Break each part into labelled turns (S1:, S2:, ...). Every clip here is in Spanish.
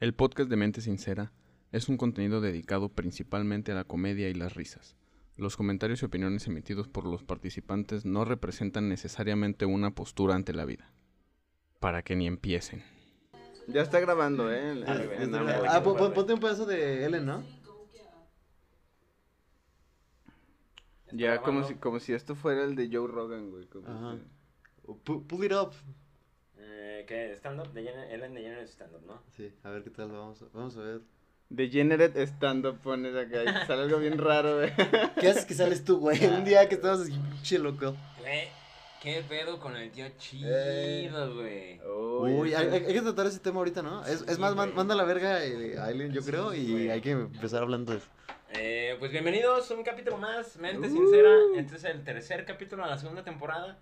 S1: El podcast de Mente Sincera es un contenido dedicado principalmente a la comedia y las risas. Los comentarios y opiniones emitidos por los participantes no representan necesariamente una postura ante la vida. Para que ni empiecen.
S2: Ya está grabando, ¿eh? El-
S3: Es-
S2: el-
S3: es
S2: el-
S3: de-
S2: el-
S3: ah, pon- pon- ponte un pedazo de Ellen, ¿no?
S2: ya como si, como si esto fuera el de Joe Rogan, güey. como
S3: Ajá.
S2: que-
S3: O pu- Pull it up.
S4: Eh, ¿Qué? ¿Stand-up? De Jenner- Ellen DeGeneres stand-up, ¿no?
S3: Sí, a ver qué tal, vamos a, vamos a ver.
S2: Degenerate stand-up pones acá y sale algo bien raro, güey.
S3: ¿Qué haces que sales tú, güey? Un día que estabas así, che loco.
S4: Güey, ¿qué pedo con el tío chido,
S3: Eh.
S4: güey?
S2: Uy,
S3: Uy, hay,
S2: ese-
S3: hay- hay que tratar ese tema ahorita, ¿no? Es,
S4: Sí,
S3: es más, man-
S4: güey.
S3: manda la verga eh, a Ellen, yo
S4: Sí,
S3: creo, y
S4: güey.
S3: hay que empezar hablando de eso.
S4: Eh, pues bienvenidos a un capítulo más, Mente
S2: Uh.
S4: Sincera. Este es el tercer capítulo de la segunda temporada.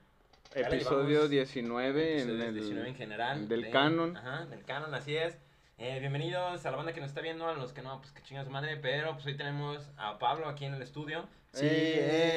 S4: Ya le
S2: episodio
S4: llevamos
S2: 19 en
S4: Episodio
S2: el...
S4: 19 en general.
S2: del
S4: de-
S2: canon.
S4: Ajá, del canon, así es. Eh, bienvenidos a la banda que nos está viendo, a los que no, pues que chinga su madre. Pero pues hoy tenemos a Pablo aquí en el estudio.
S3: Sí,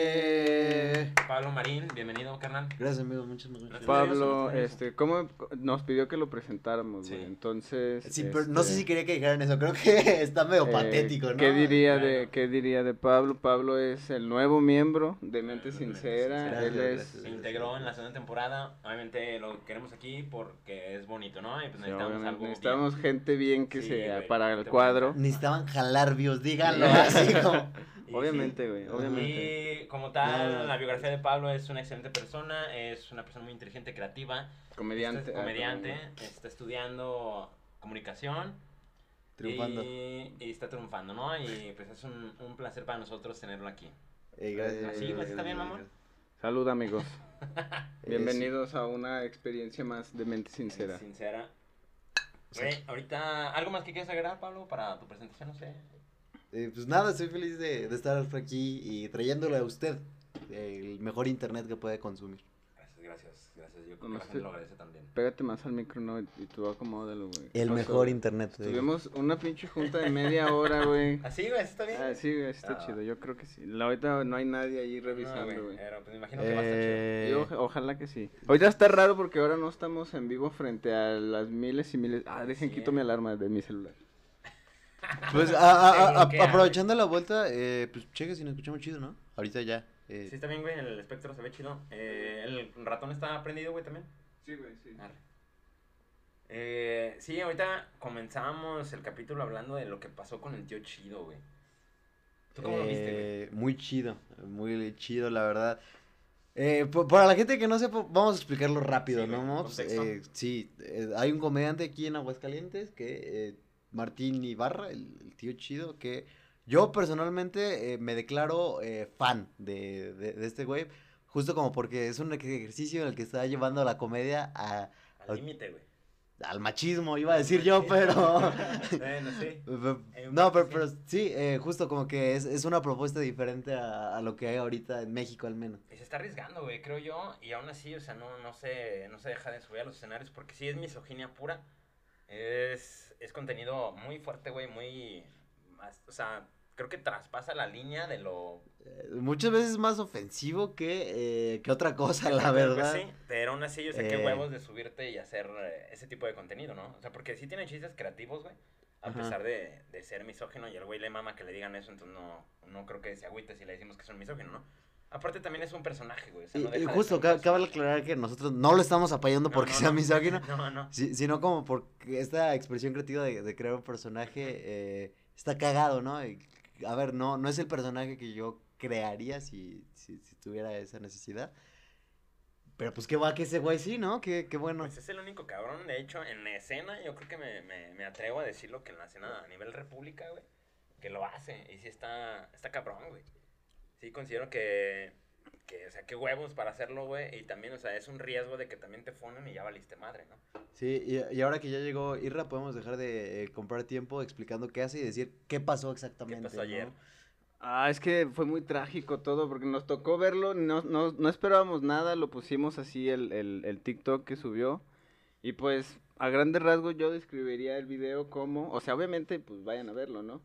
S2: Eh.
S3: eh.
S4: Pablo Marín, bienvenido, carnal.
S3: Gracias, amigo, muchas gracias.
S4: Gracias.
S2: Pablo,
S4: nervioso, no estoy
S2: este, ¿cómo nos pidió que lo presentáramos,
S4: Sí.
S2: güey? Entonces...
S3: Sí, pero no
S2: este,
S3: sé si quería que dijeran eso, creo que está medio
S2: eh,
S3: patético, ¿no?
S2: ¿Qué diría, de,
S4: Claro.
S2: ¿Qué diría de Pablo? Pablo es el nuevo miembro de Mente
S4: Mente
S2: Sincera.
S4: Sincera.
S2: Él es...
S3: Gracias,
S4: se integró en la segunda temporada. Obviamente lo queremos aquí porque es bonito, ¿no? Y pues
S2: Sí,
S4: necesitamos
S2: obviamente,
S4: algo.
S2: necesitamos
S4: bien.
S2: gente bien que
S4: Sí,
S2: sea
S4: güey,
S2: para el
S4: gente
S2: cuadro.
S4: bonita.
S3: Necesitaban jalar bios, díganlo, así como...
S4: Y sí,
S2: Obviamente, güey,
S3: Y-
S2: obviamente.
S4: Y como tal,
S3: No, no, no.
S4: la biografía de Pablo es una excelente persona, es una persona muy inteligente, creativa,
S2: Comediante.
S4: está,
S2: ah,
S4: comediante,
S2: perdón,
S4: está estudiando comunicación
S3: Triunfando.
S4: Y, y está triunfando, ¿no? Y pues es un, un placer para nosotros tenerlo aquí.
S3: Eh, gracias.
S2: Así,
S3: amigo,
S4: pues, está bien,
S3: gracias,
S4: mamón.
S2: güey. Salud, amigos.
S3: gracias.
S2: Bienvenidos a una experiencia más de mente sincera.
S4: Sincera.
S3: Sí.
S4: Güey, ahorita, ¿algo más que quieras agregar, Pablo, para tu presentación? No sé.
S3: Eh, pues nada, estoy feliz de, de estar aquí y trayéndole a usted el mejor internet que puede consumir.
S4: Gracias, gracias, gracias. Yo creo
S2: No
S4: que la gente
S2: sé.
S4: lo agradece también.
S2: Pégate más al micro, ¿no? Y tú acomódalo, güey.
S3: El
S2: Pasó.
S3: mejor internet. de-
S2: Tuvimos una pinche junta de media hora, güey.
S4: Así, güey, está bien.
S2: Ah, sí, güey, está
S4: Ah.
S2: chido. Yo creo que sí. La ahorita no hay nadie ahí
S4: No,
S2: revisando, güey.
S4: Pero pues me imagino que va a estar chido.
S3: Eh,
S2: Yo, oja- ojalá que sí. Ahorita está raro porque ahora no estamos en vivo frente a las miles y miles. Ah, dejen
S4: Sí,
S2: quito
S4: eh.
S2: mi alarma de mi celular.
S3: Pues a- a- a- a-
S4: bloquea,
S3: aprovechando la vuelta, eh, pues cheque si nos escuchamos chido, ¿no? Ahorita ya. eh,
S4: Sí, está bien, güey, el espectro se ve chido. Eh, el ratón está prendido, güey, también.
S2: Sí, güey, sí.
S4: Ah, Eh, sí, ahorita comenzábamos el capítulo hablando de lo que pasó con el tío chido, güey. ¿Tú cómo lo viste, güey?
S3: Eh, Muy chido, muy chido, la verdad. Eh, po- para la gente que no sepa, vamos a explicarlo rápido,
S4: Sí,
S3: ¿no?
S4: güey,
S3: Mops?
S4: contexto.
S3: Eh, sí, eh, hay un comediante aquí en Aguascalientes que eh, Martín Ibarra, el, el tío chido, que yo personalmente eh, me declaro eh, fan de, de- de este güey, justo como porque es un ejercicio en el que está llevando la comedia a-
S4: Al límite, güey.
S3: al machismo, iba a decir yo, pero...
S4: bueno, sí. Eh, un
S3: No,
S4: poco
S3: pero, pero sí, eh, justo como que es, es una propuesta diferente a, a lo que hay ahorita en México al menos.
S4: Y se está arriesgando, güey, creo yo. Y aún así, o sea, no, no, se, no se deja de subir a los escenarios porque sí es misoginia pura. Es, es contenido muy fuerte, güey, muy... más- o sea, creo que traspasa la línea de lo...
S3: Eh, muchas veces es más ofensivo que, eh, que otra cosa, la
S4: Pues
S3: verdad.
S4: sí, pero aún así, yo sé qué
S3: Eh.
S4: huevos de subirte y hacer eh, ese tipo de contenido, ¿no? O sea, porque sí tiene chistes creativos, güey. A
S3: Ajá.
S4: pesar de, de ser misógino y al güey le mama que le digan eso, entonces no, no creo que se agüite si le decimos que es un misógino, ¿no? Aparte también es un personaje, güey. o sea,
S3: Y-
S4: no
S3: y
S4: deja de
S3: justo,
S4: ser un
S3: ca- cabe
S4: personaje.
S3: aclarar que nosotros no lo estamos apoyando
S4: No,
S3: porque
S4: no,
S3: sea
S4: no.
S3: misógino,
S4: No, no.
S3: si- sino como porque esta expresión creativa de, de crear un personaje eh, está cagado, ¿no? Y, a ver, no, no es el personaje que yo crearía si, si, si tuviera esa necesidad. Pero pues qué va que ese güey sí, ¿no? Qué, qué bueno.
S4: Pues es el único cabrón, de hecho, en la escena, yo creo que me, me, me atrevo a decirlo que en la escena a nivel república, güey, que lo hace. Y sí está, está cabrón, güey. Sí considero que, que, o sea, qué huevos para hacerlo, güey. Y también, o sea, es un riesgo de que también te funen y ya valiste madre, ¿no?
S3: Sí, y, y ahora que ya llegó Irra, podemos dejar de eh, comprar tiempo explicando qué hace y decir qué pasó exactamente.
S4: pasó ayer?
S3: ¿no?
S2: Ah, es que fue muy trágico todo porque nos tocó verlo, no, no, no esperábamos nada, lo pusimos así el, el, el TikTok que subió y pues a grandes rasgos yo describiría el video como, o sea, obviamente pues vayan a verlo, ¿no?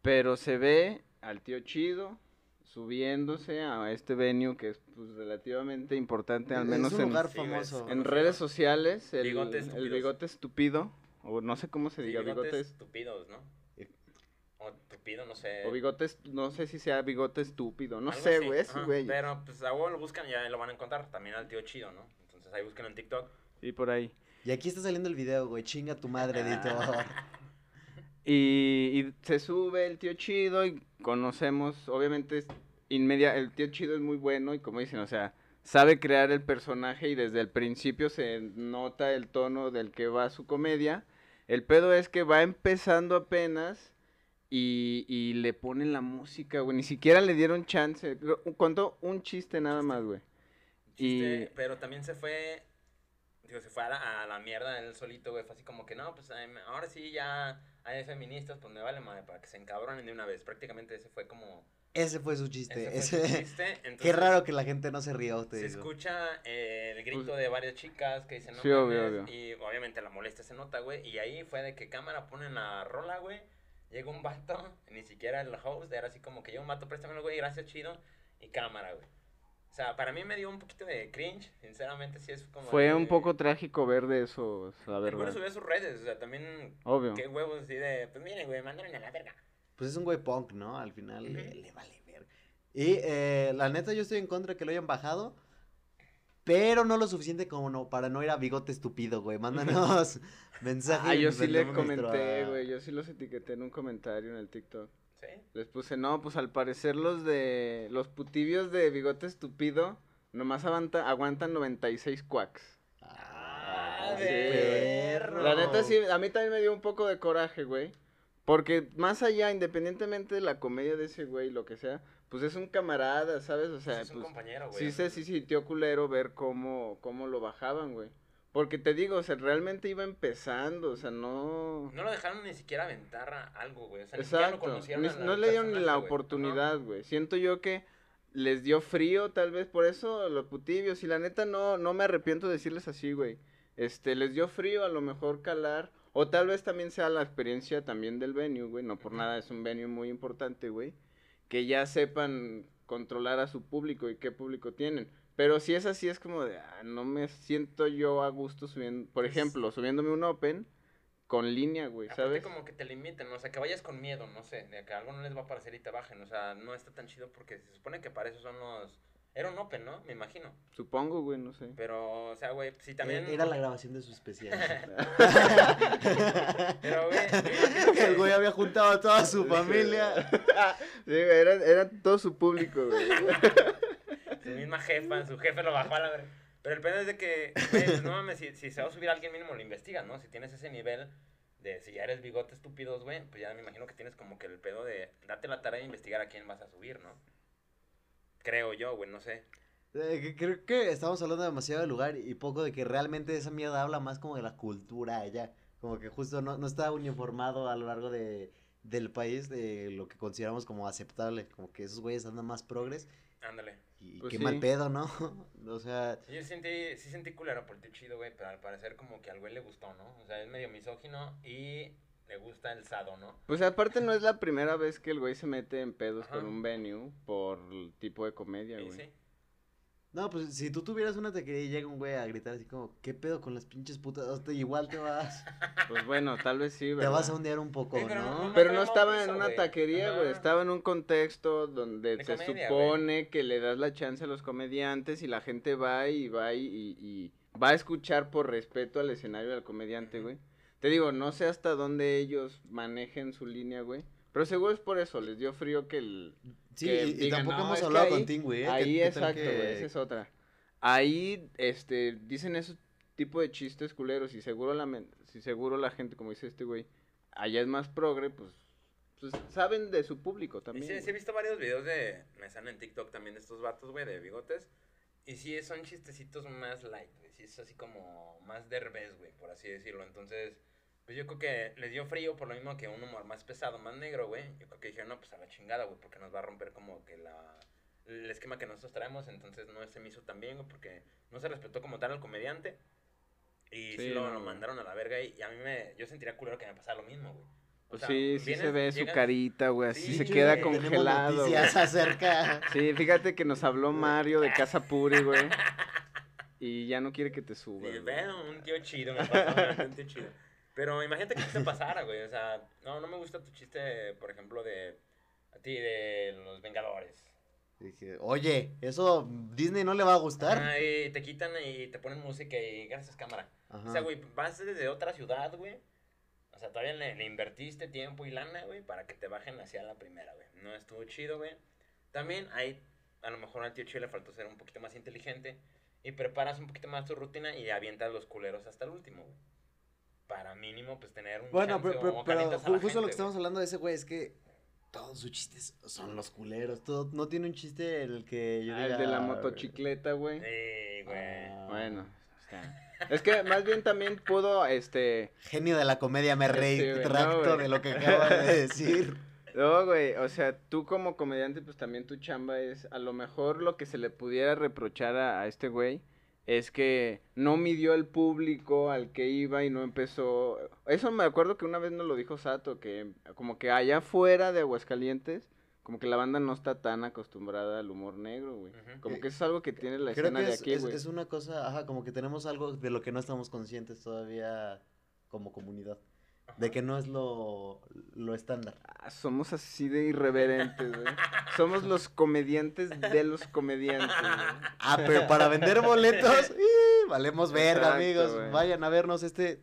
S2: Pero se ve al tío chido subiéndose a este venue que es pues relativamente importante, al
S3: Es
S2: menos
S3: un
S2: en,
S3: lugar
S4: Sí, güey, es
S3: famoso.
S2: en redes sociales, el el
S4: Bigotes
S2: bigote,
S4: estúpidos.
S2: estúpido, O no sé cómo se
S4: Sí,
S2: diga,
S4: bigotes
S2: bigotes.
S4: tupidos, ¿no?
S3: Eh.
S4: O tupido, no sé.
S2: O bigotes, no sé si sea bigote estúpido, no
S4: Algo
S2: sé,
S4: así,
S2: güey,
S4: ajá,
S2: esos güey.
S4: Pero pues a huevo lo buscan y ya lo van a encontrar. También al tío chido, ¿no? Entonces ahí buscan en TikTok.
S2: Y por ahí.
S3: Y aquí está saliendo el video, güey. Chinga tu madre, Dito.
S2: Y, y se sube el tío chido y conocemos, obviamente, es inmedia, el tío chido es muy bueno y como dicen, o sea, sabe crear el personaje y desde el principio se nota el tono del que va su comedia. El pedo es que va empezando apenas y, y le ponen la música, güey, ni siquiera le dieron chance. Creo- Contó un chiste nada más, güey.
S4: Chiste,
S2: Y-
S4: Pero también se fue. Digo, se fue a la, a la mierda él solito, güey. Fue así como que no, pues em, ahora sí ya hay feministas, pues me vale madre para que se encabronen de una vez. Prácticamente ese fue como.
S3: Ese fue su chiste.
S4: ese fue su
S3: ese-
S4: chiste, entonces,
S3: Qué raro que la gente no se rió. Te
S4: Se
S3: digo.
S4: escucha eh, el grito
S2: Pues-
S4: de varias chicas que dicen no
S2: Sí, obvio,
S4: mames",
S2: obvio.
S4: y obviamente la molestia se nota, güey. Y ahí fue de que cámara ponen la rola, güey. Llega un vato, ni siquiera el host, era así como que yo un vato, préstamelo, güey, gracias, chido. Y cámara, güey. O sea, para mí me dio un poquito de cringe, sinceramente, sí es como.
S2: Fue
S4: de-
S2: un poco trágico ver de eso, la
S4: El güey
S2: verdad.
S4: subió a sus redes, o sea, también.
S2: Obvio.
S4: Qué huevos, así de. Pues miren, güey, mandaron a la verga.
S3: Pues es un güey punk, ¿no? Al final
S4: Ujú.
S3: eh, le vale ver. Y eh, la neta, yo estoy en contra de que lo hayan bajado. Pero no lo suficiente como no, para no ir a bigote estúpido, güey. Mándanos mensajes.
S2: Ah, yo
S4: pues,
S2: sí le
S3: mandamos nuestro
S2: comenté,
S4: ah.
S3: a-
S2: güey. Yo sí los etiqueté en un comentario en el TikTok.
S4: Sí.
S2: Les puse, no, pues al parecer los de. Los putibios de bigote estúpido nomás avanta- aguantan 96 cuacks.
S3: Ah,
S4: Ah,
S3: sí,
S4: perro.
S2: La
S4: No.
S2: neta sí, a mí también me dio un poco de coraje, güey. Porque más allá, independientemente de la comedia de ese güey, lo que sea, pues es un camarada, ¿sabes? O sea,
S4: es un
S2: pues,
S4: compañero, güey.
S2: sí se sí sintió culero ver cómo, cómo lo bajaban, güey. Porque te digo, o sea, realmente iba empezando, o sea, no...
S4: No lo dejaron ni siquiera aventar a algo, güey. O sea, ni siquiera lo
S2: Exacto.
S4: conocieron.
S2: Ni-
S4: al- al
S2: no le dieron ni
S4: personaje,
S2: la
S4: güey.
S2: oportunidad, güey. Siento yo que les dio frío, tal vez por eso los putibios. Y la neta no, no me arrepiento de decirles así, güey. Este, les dio frío a lo mejor calar. O tal vez también sea la experiencia también del venue, güey. No por
S4: Ujú.
S2: nada es un venue muy importante, güey. Que ya sepan controlar a su público y qué público tienen. Pero si es así, es como de, ah, no me siento yo a gusto subiendo, por
S4: Pues-
S2: ejemplo, subiéndome un open con línea, güey,
S4: Aparte
S2: ¿sabes?
S4: como que te limiten, o sea, que vayas con miedo, no sé, de que algo no les va a parecer y te bajen, o sea, no está tan chido porque se supone que para eso son los... Era un open, ¿no? Me imagino.
S2: Supongo, güey, no sé.
S4: Pero, o sea, güey, sí también...
S3: Eh, Era la grabación de su especial.
S4: Pero, güey, me imagino que-
S3: El güey había juntado a toda su familia.
S2: ah, Sí, güey, era, era todo su público, güey.
S4: su misma jefa, su jefe lo bajó a la verga. Pero el pedo es de que, güey, pues, no mames, si, si se va a subir alguien mínimo lo investigas, ¿no? Si tienes ese nivel de si ya eres bigote estúpidos, güey, pues ya me imagino que tienes como que el pedo de date la tarea de investigar a quién vas a subir, ¿no? Creo yo, güey, no sé.
S3: Eh, que- Creo que estamos hablando demasiado del lugar y poco de que realmente esa mierda habla más como de la cultura allá. Como que justo no, no está uniformado a lo largo de, del país de lo que consideramos como aceptable. Como que esos güeyes andan más progres
S4: Ándale.
S3: y
S2: Pues
S3: qué
S2: sí.
S3: mal pedo, ¿no? o sea,
S4: Sí, yo sentí, sí sentí culero por el tío chido, güey, pero al parecer como que al güey le gustó, ¿no? O sea, es medio misógino y le gusta el sado, ¿no?
S2: Pues aparte no es la primera vez que el güey se mete en pedos
S4: Ajá.
S2: con un venue por el tipo de comedia,
S4: Sí,
S2: güey.
S4: sí.
S3: no, pues si tú tuvieras una taquería y llega un güey a gritar así como, ¿qué pedo con las pinches putas? O sea, igual te vas,
S2: Pues bueno, tal vez sí,
S3: te
S2: ¿verdad?
S3: vas a hundir un poco,
S4: Sí, pero
S3: ¿no?
S4: no-
S2: Pero no
S4: Pero
S2: estaba
S4: eso,
S2: en una
S4: güey.
S2: taquería, güey.
S4: Ajá.
S2: Estaba en un contexto donde
S4: De
S2: se
S4: comedia,
S2: supone que le das la chance a los comediantes y la gente va y va y, y- y va a escuchar por respeto al escenario y al comediante,
S4: Ujú.
S2: güey. Te digo, no sé hasta dónde ellos manejen su línea, güey. Pero seguro es por eso, les dio frío que el,
S3: Sí,
S2: que
S3: y, y
S2: digan,
S3: tampoco
S2: "No,
S3: hemos
S2: es que
S3: hablado
S2: ahí-
S3: contigo, güey. ¿eh? ¿Qué-
S2: Ahí,
S3: qué tal
S2: exacto, güey,
S3: que-
S2: esa es otra. Ahí, este, dicen ese tipo de chistes culeros y seguro la, men- si seguro la gente, como dice este güey, allá es más progre, pues, pues saben de su público
S4: Y
S2: también.
S4: sí, sí he
S2: güey.
S4: visto varios videos de, me salen en TikTok también de estos vatos, güey, de bigotes. Y sí, son chistecitos más light, güey. Sí, es así como más derbez, güey, por así decirlo. Entonces, pues yo creo que les dio frío por lo mismo que un humor más pesado, más negro, güey. Yo creo que dijeron, no, pues a la chingada, güey, porque nos va a romper como que la... El esquema que nosotros traemos, entonces no se me hizo tan bien, güey, porque no se respetó como tal al comediante. Y sí,
S2: Sí,
S4: lo,
S2: no,
S4: lo
S2: güey.
S4: mandaron a la verga y, y a mí me... Yo sentiría culero que me pasara lo mismo, güey. O
S2: Pues
S4: sea,
S2: sí, sí se
S4: vienes-
S2: ve su
S4: llegas-
S2: carita, güey, así
S4: Sí,
S2: se
S4: güey,
S2: queda
S4: tenemos
S2: congelado.
S3: Tenemos
S2: güey.
S3: noticias acerca.
S2: Sí, fíjate que nos habló Mario de Casa Puri, güey. Y ya no quiere que te
S4: Sí,
S2: suba. güey.
S4: bueno, un tío chido, me pasó, un tío chido. Pero imagínate que eso te pasara, güey. O sea, no, no me gusta tu chiste, por ejemplo, de. A ti, de los Vengadores.
S3: Dije, oye, eso Disney no le va a gustar.
S4: Ah, y te quitan y te ponen música y gracias, cámara. O sea,
S3: Ajá.
S4: güey, vas desde otra ciudad, güey. O sea, todavía le, le invertiste tiempo y lana, güey, para que te bajen hacia la primera, güey. No estuvo chido, güey. También ahí, a lo mejor al tío Chile le faltó ser un poquito más inteligente. Y preparas un poquito más tu rutina y avientas los culeros hasta el último, güey. Para mínimo, pues tener un
S3: Bueno,
S4: chance
S3: pero,
S4: o
S3: pero, pero
S4: calientas a la
S3: ju- justo lo que
S4: gente, güey.
S3: estamos hablando de ese güey es que todos sus chistes son los culeros. Todo, no tiene un chiste el que yo
S2: Ah,
S3: diga.
S2: el de la motocicleta, güey.
S4: Sí, güey.
S3: Ah,
S2: Bueno, o sea, es que más bien también pudo, este,
S3: Genio de la comedia, me
S2: Sí, güey, no,
S3: retracto
S2: güey.
S3: de lo que acabas de decir.
S2: No, güey, o sea, tú como comediante, pues también tu chamba es, a lo mejor lo que se le pudiera reprochar a, a este güey es que no midió el público al que iba y no empezó. Eso me acuerdo que una vez nos lo dijo Sato, que como que allá afuera de Aguascalientes, como que la banda no está tan acostumbrada al humor negro, güey.
S4: Ujú.
S2: Como que eso es algo que tiene la
S3: Creo
S2: escena
S3: que
S2: de
S3: es,
S2: aquí,
S3: es-
S2: güey.
S3: es una cosa, ajá, como que tenemos algo de lo que no estamos conscientes todavía como comunidad. De que no es lo, lo estándar.
S2: Ah, Somos así de irreverentes, güey. Somos los comediantes de los comediantes, güey.
S3: Ah, pero para vender boletos, ¡ih! valemos verga,
S2: Exacto,
S3: amigos.
S2: güey.
S3: Vayan a vernos este.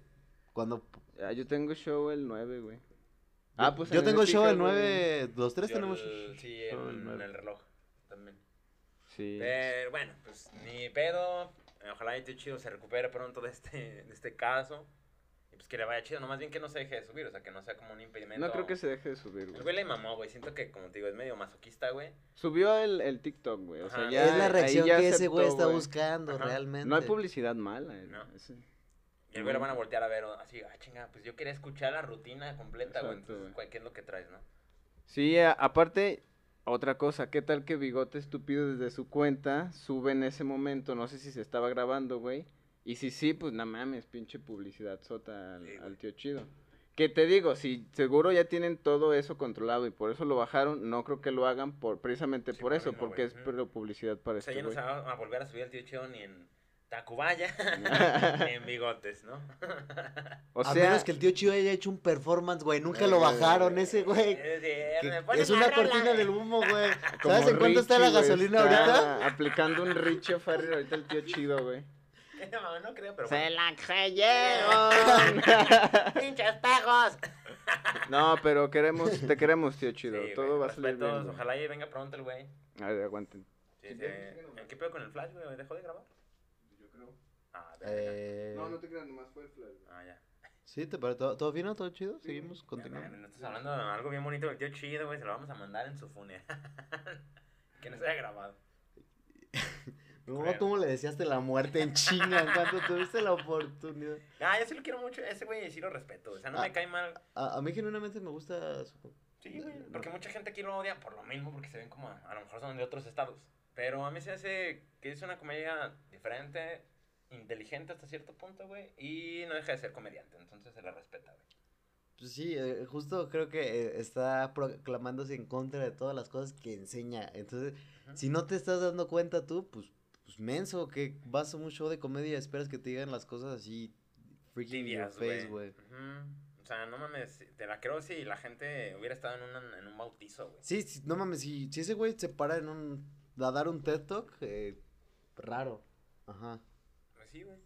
S3: Cuando.
S2: Ah, yo tengo show el 9, güey. Ah, pues
S3: Yo
S2: en el
S3: tengo show
S2: Fija,
S3: el
S2: güey.
S3: 9. Los tres
S4: Yo
S3: tenemos.
S4: el- sí,
S3: show
S4: en
S3: nueve.
S4: el reloj también.
S2: Sí.
S4: Pero bueno, pues ni pedo. Ojalá y tío chido se recupere pronto de este, de este caso. Y pues que le vaya chido. No, más bien que no se deje de subir. O sea, que no sea como un impedimento.
S2: No creo que se deje de subir,
S4: El
S2: güey.
S4: güey le mamó, güey. Siento que, como te digo, es medio masoquista, güey.
S2: Subió el, el TikTok, güey. O sea,
S4: Ajá.
S2: ya.
S3: es la
S2: ahí
S3: reacción que
S2: ya
S3: ese güey
S2: aceptó,
S3: está buscando
S4: Ajá.
S3: realmente.
S2: No hay publicidad mala. eh,
S4: No.
S2: ese.
S4: Y el güey lo van a voltear a ver o- así. Ah, chinga, pues yo quería escuchar la rutina completa, güey.
S2: Exacto,
S4: Entonces,
S2: güey.
S4: ¿cuál- ¿qué es lo que traes, no?
S2: Sí, a- aparte, otra cosa. ¿Qué tal que Bigote Estúpido desde su cuenta sube en ese momento? No sé si se estaba grabando, güey. Y si sí, pues no mames, pinche publicidad sota al,
S4: Sí, güey.
S2: al tío chido. Que te digo, si seguro ya tienen todo eso controlado y por eso lo bajaron, no creo que lo hagan por precisamente
S4: Sí,
S2: por
S4: por lo
S2: eso,
S4: mismo,
S2: porque
S4: güey.
S2: es
S4: Ujú.
S2: pura publicidad para
S4: O sea,
S2: este
S4: ya no
S2: güey.
S4: se va a volver a subir el tío chido ni en Tacubaya, ni en bigotes, ¿no?
S2: O
S3: a menos que el tío Chido haya hecho un performance, güey. Nunca lo
S2: Eh,
S3: bajaron, ese güey.
S4: Es,
S3: que-
S4: decir, me
S3: que
S4: ponen
S3: es
S4: la
S3: una
S4: rola.
S3: cortina del humo, güey.
S2: Como
S3: ¿Sabes en cuánto está la
S2: Richie, güey,
S3: gasolina
S2: está
S3: ahorita?
S2: Aplicando un Richie Ferrer ahorita el tío chido, güey.
S4: No, no creo, pero bueno.
S2: la creyeron!
S4: ¡Pinches pejos!
S2: no, pero queremos, te queremos, tío
S4: Sí,
S2: chido.
S4: güey,
S2: Todo va a salir
S4: respetos,
S2: bien. güey.
S4: Ojalá y venga pronto el güey.
S2: A ver, aguanten. Sí,
S4: Sí, sí.
S2: tiene que nomás.
S4: ¿Qué pedo con el flash, güey? ¿Dejó de grabar? Ah, verga.
S3: Eh,
S2: te creas, nomás fue el flash.
S4: Ah, ya.
S3: Sí, te- pero todo, todo fino, todo chido. Seguimos, continuando.
S4: No estás hablando de algo bien bonito del tío chido, güey. Se lo vamos a mandar en su funeral. que no se haya grabado.
S3: No, ¿cómo le deseaste la muerte en chinga? En cuanto tuviste la oportunidad.
S4: Ah, yo sí lo quiero mucho. Ese güey sí lo respeto. O sea, no
S3: Ah.
S4: me cae mal.
S3: A, a mí genuinamente me gusta su...
S4: Sí, güey. Porque mucha gente aquí lo odia por lo mismo, porque se ven como a, a lo mejor son de otros estados. Pero a mí se hace que es una comedia diferente, inteligente hasta cierto punto, güey. Y no deja de ser comediante, entonces se le respeta, güey.
S3: Pues sí, eh, justo creo que eh, está proclamándose en contra de todas las cosas que enseña. Entonces,
S4: Ajá.
S3: si no te estás dando cuenta tú, pues, pues menso, que vas a un show de comedia y esperas que te digan las cosas así freaking in your
S4: tibias,
S3: face,
S4: güey.
S3: güey.
S4: Ujú. O sea, no mames, te la creo si la gente hubiera estado en, una- en un bautizo, güey.
S3: Sí, sí, no mames, si, si ese güey se para en un, a dar un TED Talk, eh, raro. Ajá.
S4: Pues sí, güey.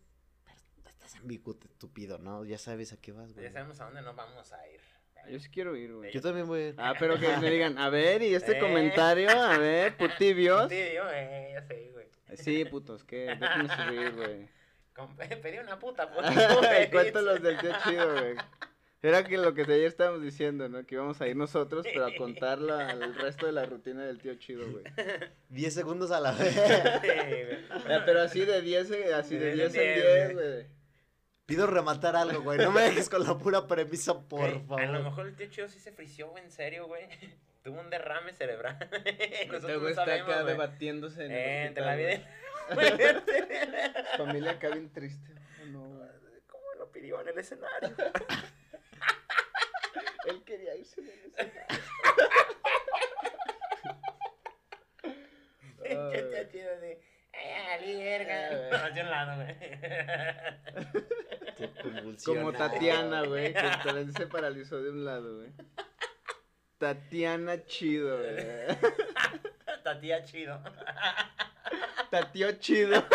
S3: Estás ambiguo, te- estúpido, ¿no? Ya sabes a qué vas, güey.
S4: Ya sabemos a dónde nos vamos a ir.
S2: Ah, Yo sí quiero ir, güey.
S3: Yo también voy a ir.
S2: Ah, pero que me digan, a ver, y este
S4: Eh.
S2: comentario, a ver, putibios.
S4: Sí, yo, eh, ya sé, güey.
S2: Sí, putos, ¿qué? Déjenme subir, güey.
S4: Com- Pedí una puta, por
S2: Ay, Cuéntalos del tío chido, güey. Era que lo que ayer estábamos diciendo, ¿no? Que íbamos a ir nosotros, pero a contar la- el resto de la rutina del tío chido, güey.
S3: 10 segundos a la vez.
S2: Eh, Pero así de 10, eh, así de
S4: De
S2: 10 en
S4: 10,
S2: 10, güey.
S3: Pido rematar algo, güey. No me dejes con la pura premisa, por
S4: Güey,
S3: favor.
S4: A lo mejor el tío chido sí se frició, güey, en serio, güey. Tuvo un derrame cerebral. Nosotros no sabemos, güey.
S2: debatiéndose
S4: Eh, te la vi de-
S2: Familia acá bien triste. Oh, no, güey.
S4: ¿Cómo lo pidió en el escenario?
S2: Él quería irse de
S4: Qué
S2: ese.
S4: tío chido de... ¡Ay, a la verga!
S2: Eh, güey.
S4: No, hacia un lado, güey.
S3: Te convulsiona.
S2: Como Tatiana, güey, que también se paralizó de un lado, güey. Tatiana chido, güey.
S4: Tatía chido.
S2: Tatio chido.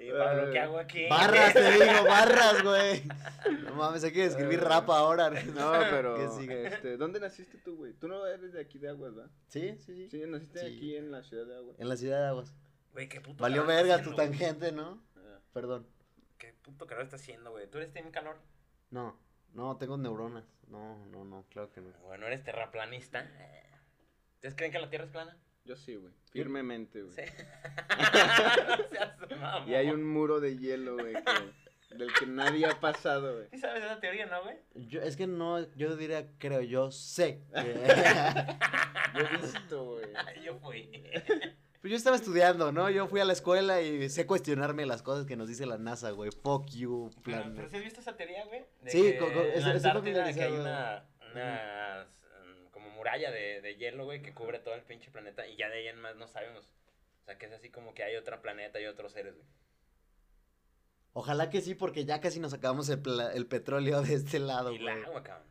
S4: Y Pablo, ¿qué hago aquí?
S3: Barras, te digo, barras, güey. No mames, hay que escribir rap ahora.
S2: Eh. No,
S3: Que
S2: pero.
S3: siga.
S2: Este, ¿Dónde naciste tú, güey? Tú no eres de aquí de Aguas, ¿verdad?
S3: Sí, sí, sí.
S2: Sí, naciste
S3: Sí.
S2: aquí en la ciudad de Aguas.
S3: En la ciudad de Aguas.
S4: Güey, qué puto
S3: Valió
S4: calor está
S3: verga
S4: haciendo,
S3: tu
S4: güey.
S3: tangente, ¿no?
S2: Ah.
S3: Perdón.
S4: Qué puto calor está haciendo, güey. ¿Tú eres team calor?
S3: No, no, tengo neuronas. No, no, no, claro que no.
S4: Bueno, eres terraplanista. ¿Ustedes creen que la Tierra es plana?
S2: Yo sí, güey. Firmemente, güey.
S4: Sí. No seas mamón.
S2: Y hay un muro de hielo, güey, que- del que nadie ha pasado, güey.
S4: Sí sabes esa teoría, ¿no, güey?
S3: Yo, es que no, yo diría, creo, yo sé. que-
S2: Yo he visto, güey.
S4: Yo fui.
S3: Pues yo estaba estudiando, ¿no? Yo fui a la escuela y sé cuestionarme las cosas que nos dice la NASA, güey. Fuck you,
S4: Pero,
S3: plan.
S4: pero si has visto esa teoría, güey. De
S3: Sí,
S4: que
S3: co- co-
S4: en
S3: eso-
S4: la
S3: eso es lo que
S4: Antártida que hay
S3: analizaba.
S4: una, unas, mm, como muralla de, de hielo, güey, que cubre todo el pinche planeta y ya de ahí en más no sabemos. O sea, que es así como que hay otro planeta y otros seres, güey.
S3: Ojalá que sí, porque ya casi nos acabamos el, pla- el petróleo de este lado,
S4: y el
S3: güey.
S4: agua, cabrón.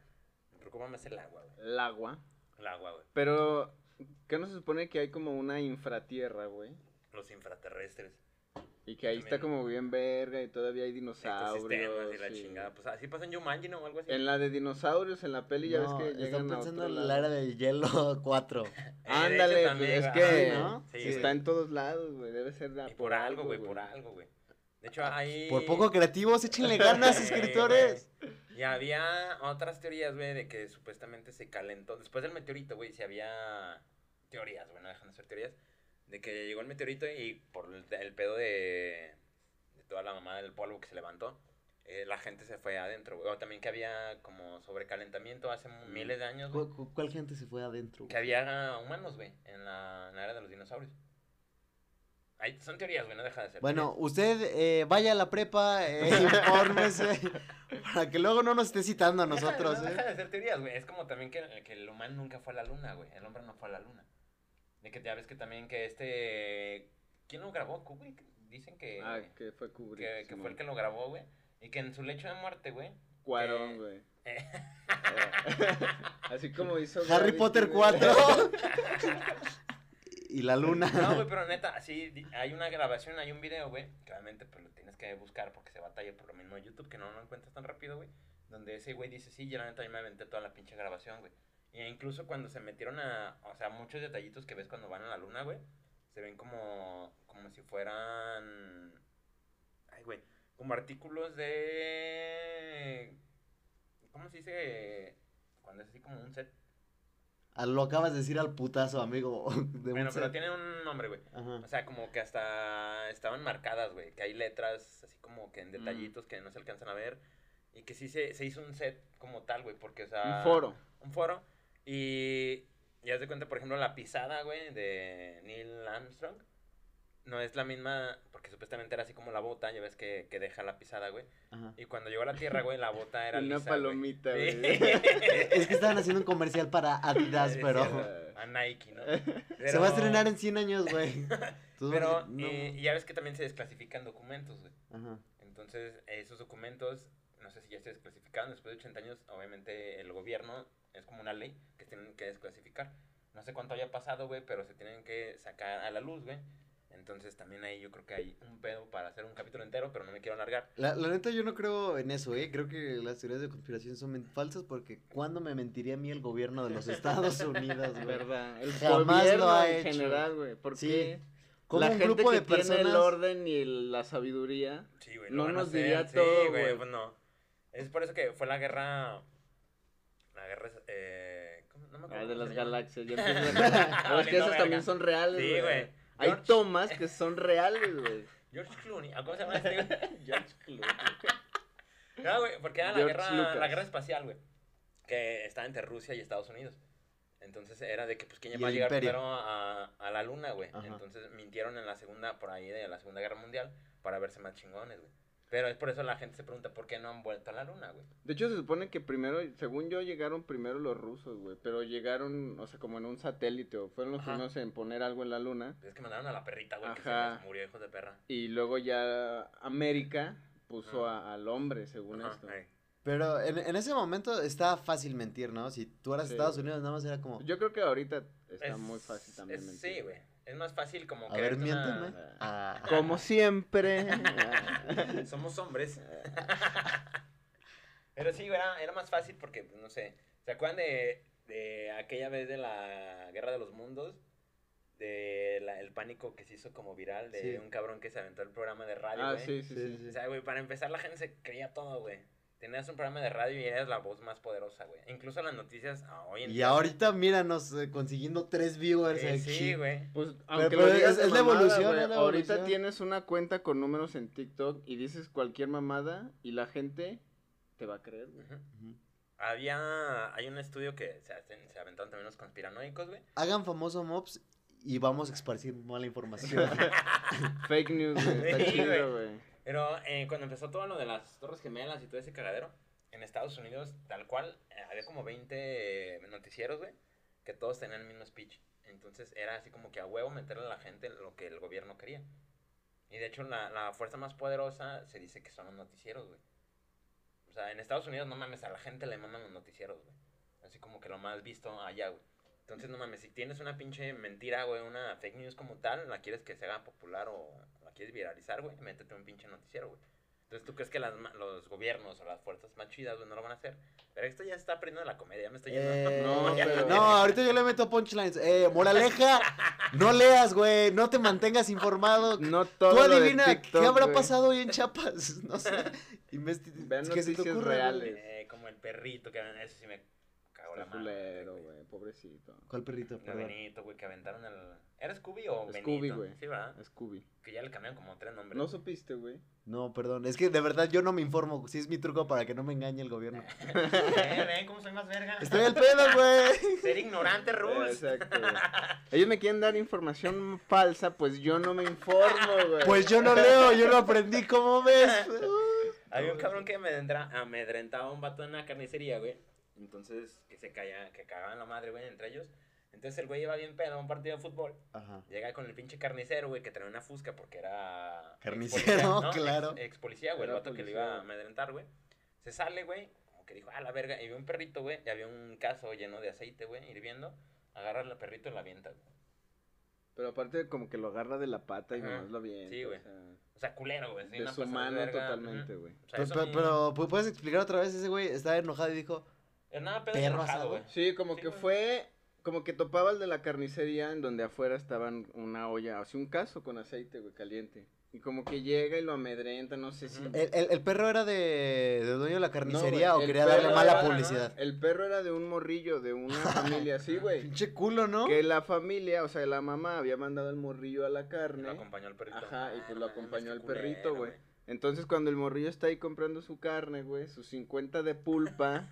S4: Me preocupa más el agua, güey.
S2: El agua.
S4: El agua, güey.
S2: Pero, ¿qué no se supone que hay como una infratierra, güey?
S4: Los infraterrestres.
S2: Y que ahí está
S4: También.
S2: como bien verga y todavía hay
S4: Ecosistemas
S2: dinosaurios.
S4: y la
S2: y-
S4: chingada. Pues así pasa en Jumanji, ¿no? O algo así. Eh,
S2: En la de dinosaurios, en la peli, ya
S3: No,
S2: ves que
S3: están
S2: llegan a
S3: pensando
S2: otro
S3: en
S2: lado.
S3: la era del hielo 4.
S2: Ándale,
S4: Eh, de hecho,
S2: pues, es
S4: güey.
S2: que-
S4: Ay,
S3: ¿no?
S2: Sí,
S4: Sí, güey.
S2: está en todos lados, güey. Debe ser de-
S4: Y por algo, güey, por algo, güey. De hecho, hay...
S3: Por poco creativos, échenle ganas,
S4: Sí,
S3: escritores.
S4: güey. Y había otras teorías, güey, de que supuestamente se calentó. Después del meteorito, güey, si había teorías, güey, no dejan de ser teorías. De que llegó el meteorito y por el, el pedo de, de toda la mamada del polvo que se levantó, eh, la gente se fue adentro, güey. O también que había como sobrecalentamiento hace miles de años, güey.
S3: ¿Cu- cu- ¿Cuál gente se fue adentro?
S4: Que había humanos, güey, en la, en la era de los dinosaurios. Ahí son teorías, güey, no deja de ser.
S3: Bueno, usted eh, vaya a la prepa, eh, infórmese, para que luego no nos esté citando a
S4: teorías. Deja de-
S3: nosotros.
S4: no
S3: ¿eh?
S4: deja de ser teorías, güey. Es como también que, que el humano nunca fue a la luna, güey. El hombre no fue a la luna. De que ya ves que también que este. ¿Quién lo grabó? Kubrick. Dicen que.
S2: Ah, que fue Kubrick.
S4: que, que fue
S2: Simón.
S4: el que lo grabó, güey. Y que en su lecho de muerte, güey.
S2: Cuarón,
S4: eh,
S2: güey.
S4: eh.
S2: Así como hizo.
S3: ¿eh? Harry
S2: Gravity,
S3: Potter
S2: güey.
S3: 4 y la luna.
S4: No, güey, pero neta, sí, di- hay una grabación, hay un video, güey. Claramente, pues lo tienes que buscar porque se batalla por lo mismo de YouTube, que no lo encuentras tan rápido, güey. Donde ese güey dice, sí, yo la neta, yo me aventé toda la pinche grabación, güey. E incluso cuando se metieron a, o sea, muchos detallitos que ves cuando van a la luna, güey, se ven como, como si fueran, ay, güey, como artículos de, ¿cómo se dice? Cuando es así como un set.
S3: Ah, Lo acabas de decir al putazo, amigo. de un
S4: Bueno, pero
S3: set.
S4: tiene un nombre, güey.
S3: Ajá.
S4: O sea, como que hasta estaban marcadas, güey. Que hay letras así como
S2: Mm.
S4: que en detallitos que no se alcanzan a ver. Y que sí se, se hizo un set como tal, güey. Porque, o sea.
S2: Un foro.
S4: Un foro. Y. Ya de cuenta, por ejemplo, la pisada, güey, de Neil Armstrong. No es la misma. Porque supuestamente era así como la bota, ya ves que, que deja la pisada, güey.
S3: Ajá.
S4: Y cuando llegó a la tierra, güey, la bota era
S2: Una
S4: lisa, güey.
S2: palomita,
S4: Sí.
S2: güey.
S3: Es que estaban haciendo un comercial para Adidas,
S4: Es
S3: pero
S4: cierto, A Nike, ¿no?
S3: se va a
S4: Pero-
S3: estrenar en 100 años, güey. Tú-
S4: Pero,
S3: no.
S4: eh, ya ves que también se desclasifican documentos, güey.
S3: Ajá.
S4: Entonces, esos documentos, no sé si ya se desclasificaron, después de 80 años, obviamente el gobierno es como una ley que tienen que desclasificar. No sé cuánto haya pasado, güey, pero se tienen que sacar a la luz, güey. Entonces, también ahí yo creo que hay un pedo para hacer un capítulo entero, pero no me quiero alargar.
S3: La, la neta yo no creo en eso, ¿eh? Creo que las teorías de conspiración son men- falsas porque ¿cuándo me mentiría a mí el gobierno de los Estados Unidos,
S4: Ah.
S3: güey?
S2: ¿Verdad? El
S3: Jamás
S2: gobierno
S3: lo ha
S2: en
S3: hecho.
S2: general, güey. ¿Por
S3: Sí.
S2: qué?
S3: Como
S2: la
S3: un
S2: gente
S3: grupo
S2: que
S3: de
S2: tiene
S3: personas...
S2: el orden y el- la sabiduría.
S4: Sí, güey.
S2: No
S4: lo van a
S2: nos
S4: hacer,
S2: diría
S4: sí,
S2: todo, güey.
S4: Pues no. Es por eso que fue la guerra... La guerra... Eh, ¿cómo? No me acuerdo
S2: Ah, de
S4: cómo
S2: las
S4: se llama.
S2: galaxias. ya empiezan a- Pero es que
S4: Valiendo
S2: esas
S4: verga.
S2: también son reales,
S4: Sí,
S2: güey.
S4: güey.
S2: Hay
S4: George-
S2: tomas que son reales, güey.
S4: George Clooney. ¿ah, ¿Cómo se llama este, güey?
S2: George Clooney.
S4: No, güey, porque era la
S2: George
S4: guerra,
S2: Lucas.
S4: la guerra espacial, güey. Que estaba entre Rusia y Estados Unidos. Entonces era de que, pues,
S3: Y
S4: ¿quién va a
S3: el
S4: llegar
S3: imperio.
S4: primero a, a la luna, güey?
S3: Ajá.
S4: Entonces mintieron en la segunda, por ahí de la Segunda Guerra Mundial, para verse más chingones, güey. Pero es por eso la gente se pregunta por qué no han vuelto a la luna, güey.
S2: De hecho, se supone que primero, según yo, llegaron primero los rusos, güey. Pero llegaron, o sea, como en un satélite, o fueron los
S4: Ajá.
S2: primeros en poner algo en la luna.
S4: Es que mandaron a la perrita, güey, que se
S2: Ajá.
S4: les murió, hijos de perra.
S2: Y luego ya América puso a- al hombre, según
S4: Ajá,
S2: esto.
S4: ey.
S3: Pero en, en ese momento estaba fácil mentir, ¿no? Si tú eras
S2: Sí.
S3: Estados Unidos, nada más era como.
S2: Yo creo que ahorita está
S4: Es-
S2: muy fácil también.
S4: es-
S2: mentir.
S4: Sí, güey. Es más fácil como
S3: A ver,
S4: quererte
S3: miénteme.
S4: una-
S3: Ah.
S2: Como siempre.
S4: Somos hombres. Pero sí, güey, era, era más fácil porque, pues, no sé, ¿se acuerdan de, de aquella vez de la Guerra de los Mundos? De la- el pánico que se hizo como viral de
S3: Sí.
S4: un cabrón que se aventó el programa de radio,
S2: ah,
S4: güey.
S2: sí, sí, sí.
S3: Sí, sí, sí.
S4: O sea, güey, para empezar la gente se creía todo, güey. Tenías un programa de radio y eras la voz más poderosa, güey. Incluso las noticias ah, hoy en
S3: Y
S4: día.
S3: ahorita míranos eh, consiguiendo tres viewers
S4: Eh,
S3: aquí.
S4: sí, güey.
S2: Pues, aunque lo
S3: pero
S2: digas
S3: es-
S2: de
S3: es la
S2: mamada,
S3: evolución,
S2: güey,
S3: es la
S2: Ahorita
S3: evolución.
S2: tienes una cuenta con números en TikTok y dices cualquier mamada y la gente te va a creer, güey.
S4: Ujú.
S3: Ujú.
S4: Había, hay un estudio que se, hacen- se aventaron también los conspiranoicos, güey.
S3: Hagan famoso mobs y vamos a esparcir mala información. Ah.
S2: Fake news, güey. Está
S4: Sí,
S2: chido,
S4: güey.
S2: güey.
S4: Pero eh, cuando empezó todo lo de las Torres Gemelas y todo ese cagadero, en Estados Unidos, tal cual, eh, había como 20 noticieros, güey, que todos tenían el mismo speech. Entonces era así como que a huevo meterle a la gente lo que el gobierno quería. Y de hecho, la, la fuerza más poderosa se dice que son los noticieros, güey. O sea, en Estados Unidos, no mames, a la gente le mandan los noticieros, güey. Así como que lo más visto allá, güey. Entonces, no mames, si tienes una pinche mentira, güey, una fake news como tal, la quieres que se haga popular o la quieres viralizar, güey, métete un pinche noticiero, güey. Entonces, ¿tú crees que las ma- los gobiernos o las fuerzas más chidas, güey, no lo van a hacer? Pero esto ya está aprendiendo la comedia, ya me estoy yendo.
S3: Eh,
S2: No,
S3: no,
S2: pero-
S3: ahorita yo le meto punchlines. Eh, moraleja, no leas, güey. No te mantengas informado.
S2: No todo
S3: Tú
S2: lo de
S3: adivina
S2: TikTok,
S3: qué habrá
S2: güey.
S3: pasado hoy en Chiapas. No sé. Investi-
S2: Vean
S3: que se
S2: noticias
S3: te ocurra, güey.
S2: reales.
S4: Eh, como el perrito que eso sí me cagó la
S2: Está
S4: mano.
S2: culero, güey. Pobrecito.
S3: ¿Cuál perrito?
S4: De
S3: Perdón.
S4: Benito, güey, que aventaron el... ¿Era Scooby o Benito?
S2: Scooby, güey.
S4: Sí, ¿verdad?
S2: Scooby.
S4: Que ya le cambiaron como tres nombres. Eh,
S2: ¿No supiste, güey?
S3: No, perdón. Es que de verdad yo no me informo. Si es mi truco para que no me engañe el gobierno.
S4: Eh, ven cómo soy más verga.
S3: Estoy al pedo, güey.
S4: Ser ignorante, Rules.
S2: Exacto, güey. Ellos me quieren dar información falsa, pues yo no me informo, güey.
S3: Pues yo no leo, yo lo aprendí. ¿Cómo ves?
S4: Había un cabrón que amedrenta- amedrentaba a un vato en una carnicería, güey. Entonces, que se caía, que cagaban la madre, güey, entre ellos. Entonces el güey iba bien pedo a un partido de fútbol.
S3: Ajá.
S4: Llega con el pinche carnicero, güey, que traía una fusca porque era.
S3: Carnicero,
S4: expolicía,
S3: claro.
S4: Ex, policía, güey, el
S2: Era
S4: vato que le
S2: policía,
S4: iba a
S2: güey.
S4: amedrentar, güey. Se sale, güey, como que dijo, ah, la verga. Y vio un perrito, güey, y había un caso lleno de aceite, güey, hirviendo. Agarra al perrito y la avienta, güey.
S2: Pero aparte como que lo agarra de la pata y
S4: Ajá.
S2: nomás lo bien.
S4: Sí, güey. O sea, culero, güey. sí,
S2: de
S4: una
S2: su
S4: pasada de
S2: mano
S4: verga,
S2: totalmente,
S4: ujú.
S2: güey.
S4: O sea,
S3: Pero,
S4: eso a
S3: pero,
S4: mí-
S3: pero, ¿pu- ¿puedes explicar otra vez? Ese güey estaba enojado y dijo,
S4: es nada pedo
S3: perro
S4: enojado,
S3: asado,
S4: güey.
S3: güey.
S2: Sí, como
S4: Sí,
S2: que
S4: güey.
S2: fue, como que topaba el de la carnicería en donde afuera estaban una olla, así un caso con aceite, güey, caliente. Y como que llega y lo amedrenta, no sé si...
S4: Ujú.
S3: ¿el, el, el perro era de, de dueño de la carnicería
S2: No,
S3: o
S2: güey, el
S3: quería darle
S2: perro
S3: mala
S2: era-
S3: publicidad?
S2: El perro era de un morrillo, de una familia así, güey.
S3: Pinche culo, ¿no?
S2: Que la familia, o sea, la mamá había mandado el morrillo a la
S4: Y Lo
S2: carne.
S4: acompañó el perrito.
S2: Ajá, y pues lo
S4: Ah,
S2: acompañó el
S4: mames, qué
S2: perrito,
S4: culero,
S2: güey. Entonces, cuando el morrillo está ahí comprando su carne, güey, sus 50 de pulpa,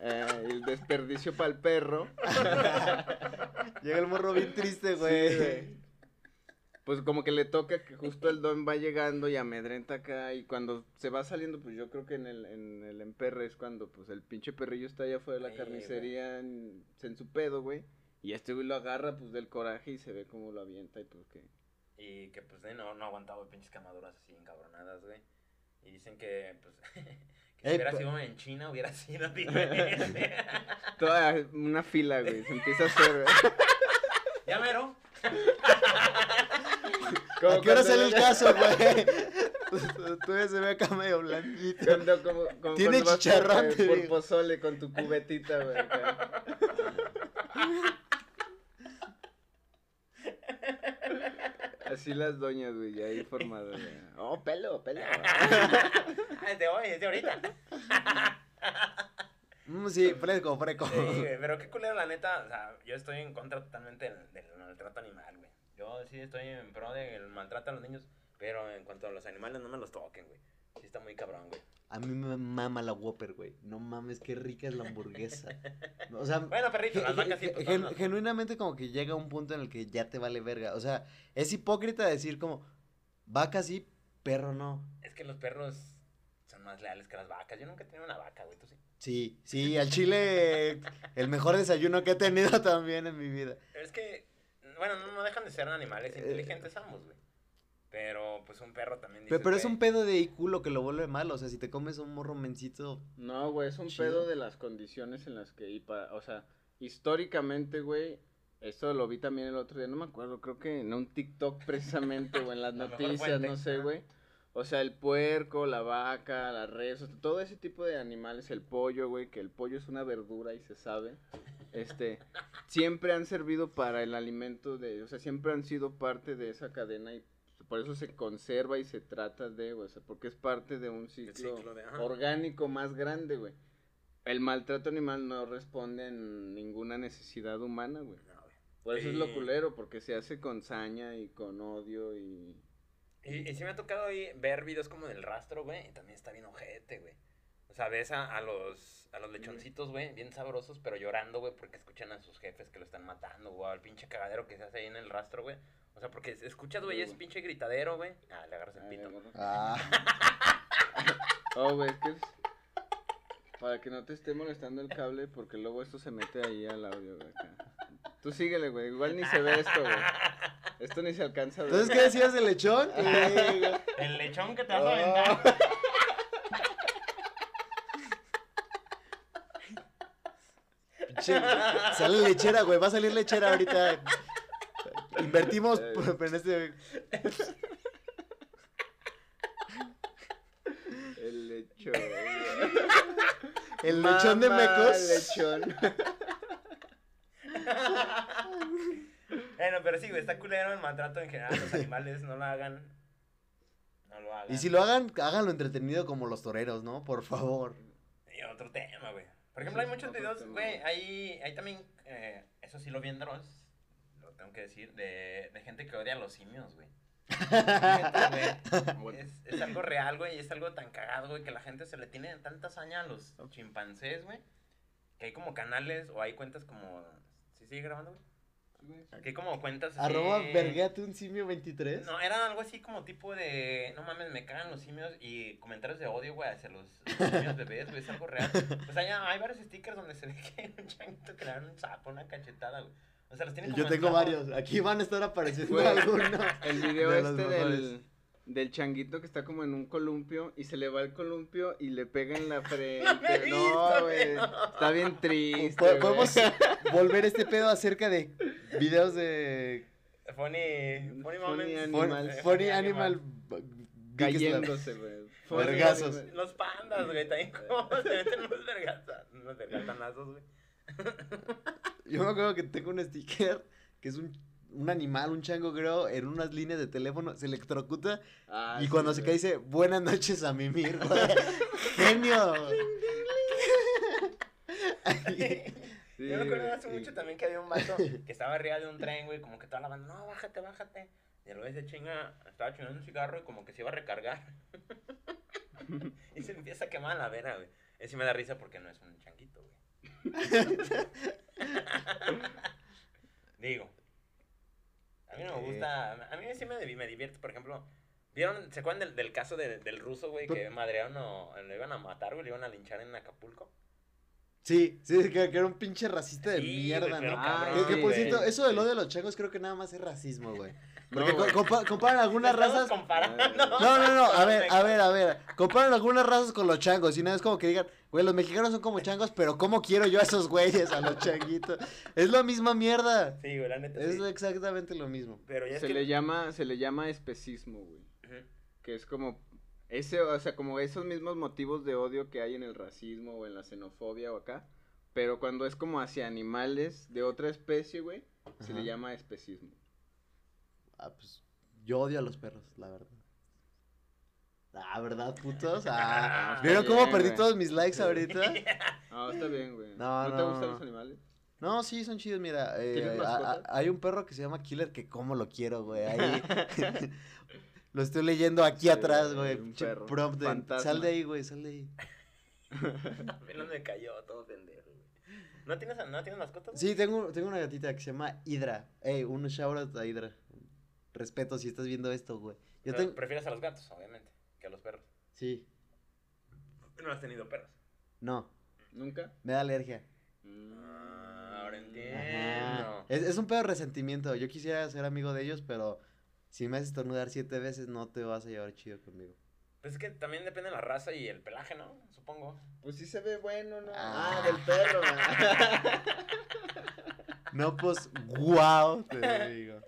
S2: eh, el desperdicio para el perro,
S3: Llega el morro bien triste,
S2: Sí,
S3: güey.
S2: güey. pues como que le toca que justo el don va llegando y amedrenta acá. Y cuando se va saliendo, pues yo creo que en el, en el emperre es cuando pues el pinche perrillo está allá afuera de la
S4: Sí,
S2: carnicería en, en su pedo, güey. Y este güey lo agarra pues del coraje y se ve cómo lo avienta y pues que...
S4: Y que pues de no, no aguantaba pinches quemaduras así encabronadas, güey. Y dicen que, pues, que si
S3: Ey,
S4: hubiera
S3: pe-
S4: sido en China hubiera sido diferente.
S2: Toda una fila, güey, se empieza a hacer, güey.
S4: ya mero.
S2: Como
S3: ¿A qué
S2: cuando
S3: hora sale el
S2: le-
S3: caso, güey? Tú ya se ve acá medio blanquito.
S2: Cuando, como, como
S3: Tiene
S2: cuando vas
S3: chicharrón,
S2: por,
S3: te
S2: eh, por
S3: digo.
S2: pozole con tu cubetita, güey. acá. Así las doñas, güey, ya ahí formadas. güey. Oh, pelo, pelo.
S4: Ah, es de hoy, es de ahorita.
S3: Mm, sí, fresco, fresco.
S4: Sí, güey, pero qué culero, la neta. O sea, yo estoy en contra totalmente del, del maltrato animal, güey. Yo sí estoy en pro del maltrato a los niños, pero en cuanto a los animales, no me los toquen, güey. Sí está muy cabrón, güey.
S3: A mí me mama la Whopper, güey. No mames, qué rica es la hamburguesa. O sea,
S4: Bueno, perrito, las vacas sí,
S3: Gen-
S4: pues,
S3: gen-
S4: no, no.
S3: genuinamente como que llega un punto en el que ya te vale verga. O sea, es hipócrita decir como, vacas sí, perro no.
S4: Es que los perros son más leales que las vacas. Yo nunca he tenido una vaca, güey, tú sí.
S3: Sí, sí, al chile el mejor desayuno que he tenido también en mi vida.
S4: Pero es que, bueno, no, no dejan de ser
S3: Eh,
S4: animales inteligentes ambos, güey. Pero, pues, un perro también
S3: Pero,
S4: dices,
S3: pero es
S4: güey,
S3: un pedo de IQ lo que lo vuelve malo. O sea, si te comes un morro mencito.
S2: No, güey, es un
S3: Chido.
S2: pedo de las condiciones en las que, y pa- o sea, históricamente, güey, esto lo vi también el otro día, no me acuerdo, creo que en un TikTok precisamente, o en las
S4: La mejor
S2: noticias,
S4: fuente.
S2: no sé,
S4: Ajá.
S2: güey. O sea, el puerco, la vaca, la res, o sea, todo ese tipo de animales, el pollo, güey, que el pollo es una verdura y se sabe. Este, siempre han servido para el alimento de, o sea, siempre han sido parte de esa cadena y por eso se conserva y se trata de, güey, o sea, porque es parte de un ciclo,
S4: ciclo de- ajá.
S2: orgánico más grande, güey. El maltrato animal no responde en ninguna necesidad humana, güey.
S4: no, güey.
S2: Por eso es
S4: Sí.
S2: lo culero, porque se hace con saña y con odio y...
S4: Y, y sí me ha tocado ahí ver videos como del rastro, güey, y también está bien ojete, güey. O sea, ves a, a los, a los lechoncitos, güey, bien sabrosos, pero llorando, güey, porque escuchan a sus jefes que lo están matando, güey, al pinche cagadero que se hace ahí en el rastro, güey. O sea, porque escuchas, güey,
S2: Sí,
S4: es
S2: güey.
S4: pinche gritadero, güey. Ah, le agarras el pito.
S3: Ah,
S2: Oh, güey, es que es- Para que no te esté molestando el cable, porque luego esto se mete ahí al audio, güey. acá. Tú síguele, güey. Igual ni se ve esto, güey. Esto ni se alcanza a ver.
S3: Entonces, ¿qué decías del lechón? Eh, güey.
S4: El lechón que te vas a aventar.
S3: Ah. Pinche- Sale lechera, güey. Va a salir lechera ahorita. Invertimos
S2: Eh.
S3: en este.
S2: El lechón.
S3: El lechón de
S2: Mamá,
S3: mecos.
S2: lechón.
S4: Bueno, pero sí, güey, está culero el maltrato en general a los animales, no lo hagan. No lo hagan.
S3: Y si lo hagan, háganlo entretenido como los toreros, ¿no? Por favor.
S4: Y otro tema, güey. Por ejemplo, hay
S2: Ese es
S4: muchos
S2: otro
S4: videos,
S2: tema,
S4: güey,
S2: güey.
S4: hay, hay también, eh, eso sí lo vi en Dross, lo tengo que decir, de, de gente que odia a los simios, güey. Neta, güey. Es, es algo real, güey, y es algo tan cagado, güey, que la gente se le tiene tanta saña a los chimpancés, güey, que hay como canales o hay cuentas como... ¿Sí sigue grabando, güey? Que hay como cuentas así-
S3: Arroba vergate un simio 23.
S4: no, era algo así como tipo de, no mames, me cagan los simios y comentarios de odio, güey, hacia los, los simios bebés, güey, es algo real. O sea, ya hay varios stickers donde se ve que hay un changuito que le dan un sapo, una cachetada, güey. O sea, los tienen
S3: Yo
S4: como
S3: tengo
S4: encerrados.
S3: varios. Aquí van a estar apareciendo
S2: Güey,
S3: algunos.
S2: El video
S3: De los
S2: este
S3: mejores.
S2: del, del changuito que está como en un columpio y se le va el columpio y le pega en la frente.
S4: he
S2: No,
S4: visto,
S2: güey.
S4: güey.
S2: Está bien triste.
S3: Po- Podemos
S2: güey.
S3: volver este pedo acerca de videos de
S4: Funny, funny
S2: Funny
S4: moments.
S2: anim-
S3: Fun-
S2: Animal.
S3: Funny Animal.
S2: Cayéndose, güey. Fue-
S3: Vergazos.
S4: Los pandas, güey, también como se meten unos vergazas, unos vergazanazos, güey.
S3: Yo me acuerdo que tengo un sticker que es un, un animal, un chango creo, en unas líneas de teléfono, se electrocuta
S2: Ah,
S3: y
S2: sí,
S3: cuando se
S2: güey.
S3: cae dice, buenas noches a mimir, güey. Genio.
S2: Sí,
S4: Yo me acuerdo
S2: güey.
S4: hace mucho también que había un vato que estaba arriba de un tren, güey, como que toda la banda, no, bájate, bájate. Y el güey se chinga, estaba chingando un cigarro y como que se iba a recargar. y se empieza a quemar la vera, güey. Ese sí me da risa porque no es un changuito, güey. Digo. A mí no me
S3: Ok.
S4: gusta, a mí sí me, divi- me divierte, por ejemplo, ¿vieron, se acuerdan del, del caso de- del ruso, güey, que madrearon o lo iban a matar, güey, lo iban a linchar en Acapulco?
S3: Sí, sí, que, que era un pinche racista de
S4: Sí, güey,
S3: mierda,
S4: pero
S3: ¿no?
S2: Ah,
S4: cabrón,
S3: Que, que por
S4: güey.
S3: cierto, eso del odio de los changos creo que nada más es racismo, güey. Porque
S2: No, güey.
S3: co- compa- comparan algunas
S4: Estamos
S3: razas
S4: comparando.
S3: No, no, no, a ver, a
S4: Perfecto.
S3: ver, a ver. Comparan algunas razas con los changos. Y no es como que digan, güey, los mexicanos son como changos, pero ¿cómo quiero yo a esos güeyes, a los changuitos? Es la misma mierda.
S4: Sí, güey, la neta.
S3: Es
S4: sí.
S3: exactamente lo mismo.
S4: Pero ya es
S2: Se
S4: que-
S2: le llama, se le llama especismo, güey.
S4: Ujú.
S2: Que es como ese, o sea, como esos mismos motivos de odio que hay en el racismo o en la xenofobia o acá. Pero cuando es como hacia animales de otra especie, güey, se le
S3: Ajá.
S2: llama especismo.
S3: Ah, pues yo odio a los perros, la verdad. Ah, ¿verdad, putos? Ah, ¿Vieron
S2: Bien,
S3: cómo perdí
S2: güey.
S3: todos mis likes ahorita?
S2: Ah, está bien, güey.
S3: No,
S2: ¿No, te
S3: no,
S2: gustan
S3: no.
S2: los animales?
S3: No, sí, son chidos, mira. eh,
S2: ¿Tienes
S3: a- a-
S2: mascota?
S3: hay un perro que se llama Killer que como lo quiero, güey. Ahí. lo estoy leyendo aquí
S2: Sí,
S3: atrás,
S2: hay
S3: güey.
S2: un
S3: pinche
S2: perro,
S3: prompt de-
S2: fantasma.
S3: Sal de ahí, güey, sal de ahí.
S4: Apenas me cayó todo pendejo, güey. ¿No tienes, ¿No tienes mascotas?
S3: Sí, tengo, tengo una gatita que se llama Hydra. Ey, un shoutout a Hydra. Respeto si estás viendo esto, güey. Yo
S4: Pero
S3: tengo...
S4: Prefieres a los gatos, obviamente, que a los perros.
S3: Sí,
S4: No has tenido perros.
S3: no,
S2: ¿Nunca?
S3: me da alergia.
S4: Ah,
S3: Ajá.
S4: ahora
S2: Eh,
S4: entiendo.
S3: Es, es un pedo de resentimiento. Yo quisiera ser amigo de ellos, pero si me haces estornudar siete veces, no te vas a llevar chido conmigo.
S4: Pues es que también depende de la raza y el pelaje, ¿no? Supongo.
S2: Pues sí se ve bueno, ¿no?
S3: Ah.
S2: Ah, del perro.
S3: No, pues, wow, te digo.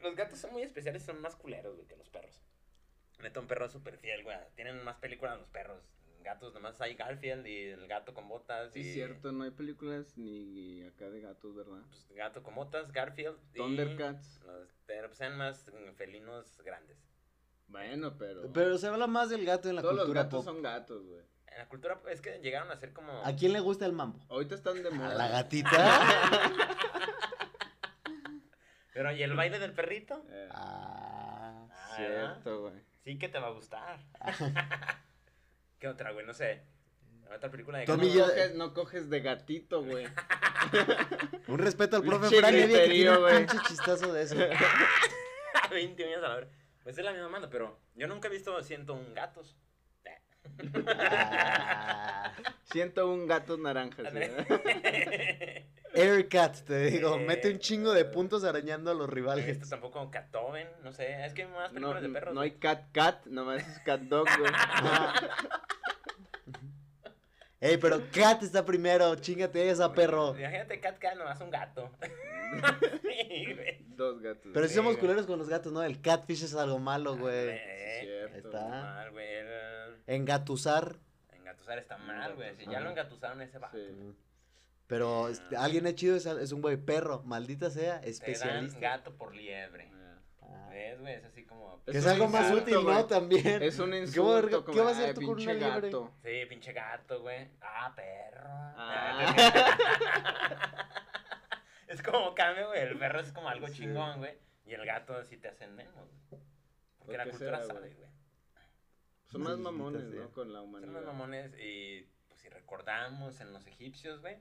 S4: Los gatos son muy especiales, son más culeros, güey, que los perros. Neta, un perro es súper fiel, güey. Tienen más películas los perros. Gatos, nomás hay Garfield y el gato con botas.
S2: sí,
S4: y...
S2: es cierto, no hay películas ni acá de gatos, ¿verdad?
S4: Pues, gato con botas, Garfield. y-
S2: Thundercats.
S4: Los- Pero pues sean más mm, felinos grandes.
S2: Bueno, pero.
S3: Pero se habla más del gato en la
S2: Todos los
S3: cultura
S2: gatos
S3: pop.
S2: son gatos, güey.
S4: En la cultura es que llegaron a ser como.
S3: ¿A quién le gusta el mambo?
S2: Ahorita están de
S3: ¿A
S2: moda.
S3: la gatita?
S4: Pero, ¿y el baile del perrito?
S2: Eh,
S3: Ah.
S4: Ah,
S2: cierto, güey.
S4: Sí que te va a gustar. ¿Qué otra, güey? No sé. Otra película de
S3: Tommy
S2: No
S3: Tommy ya-
S2: coges, no coges de gatito, güey.
S3: Un respeto al profe
S2: Pinche
S3: Frank Evia, que tiene
S2: griterío,
S3: un
S2: güey.
S3: pinche chistazo de eso.
S4: 20 años a la hora. Pues es la misma mano, pero yo nunca he visto 101 gatos.
S3: Ah.
S2: 101 gatos naranjas, güey. eh.
S3: Aircat, te digo,
S4: Eh.
S3: mete un chingo de puntos arañando a los
S4: No he visto
S3: rivales.
S4: tampoco Catoven, no sé. Es que hay más
S2: No,
S4: películas de perros.
S2: no hay cat cat, nomás es cat dog, güey.
S3: Ey, pero Cat está primero, chingate esa, perro.
S4: Imagínate Cat Cat, nomás un gato. sí, güey.
S2: Dos gatos.
S3: Pero si somos
S4: Sí, güey. Ah,
S3: culeros con los gatos, ¿no? El catfish es algo malo, güey.
S2: Sí, es
S4: Eh,
S2: cierto,
S3: está.
S2: güey.
S4: mal, güey. el-
S3: Engatusar.
S4: Engatusar está mal, güey. Si ya
S3: Ajá.
S4: lo engatusaron ese va.
S2: Sí.
S3: Pero este, alguien es chido, es, es un güey perro, maldita sea,
S4: Ah. Te dan
S3: especialista.
S4: gato por liebre.
S2: Ah.
S3: Ah.
S4: ¿Ves, güey? Es así como.
S3: Que es
S2: un
S3: algo más
S2: insulto,
S3: útil, ¿no?
S2: güey.
S3: También.
S2: Es un
S3: ¿Qué va a-
S2: insulto.
S3: qué
S2: como,
S3: va a hacer
S2: "Ay,
S3: tú con
S2: pinche
S3: una liebre?"
S2: gato.
S4: Sí, pinche gato, güey. Ah, perro.
S2: Ah.
S4: es como cambio, güey. El perro es como algo
S2: Sí.
S4: chingón, güey. Y el gato sí te hacen menos, güey. Porque
S2: ¿Por
S4: la
S2: qué
S4: cultura
S2: será,
S4: sabe, güey.
S2: Son más
S3: Maldita
S2: mamones,
S3: sea.
S2: ¿no? Con la
S4: Son
S2: humanidad.
S4: unos mamones y pues si recordamos en los egipcios, güey,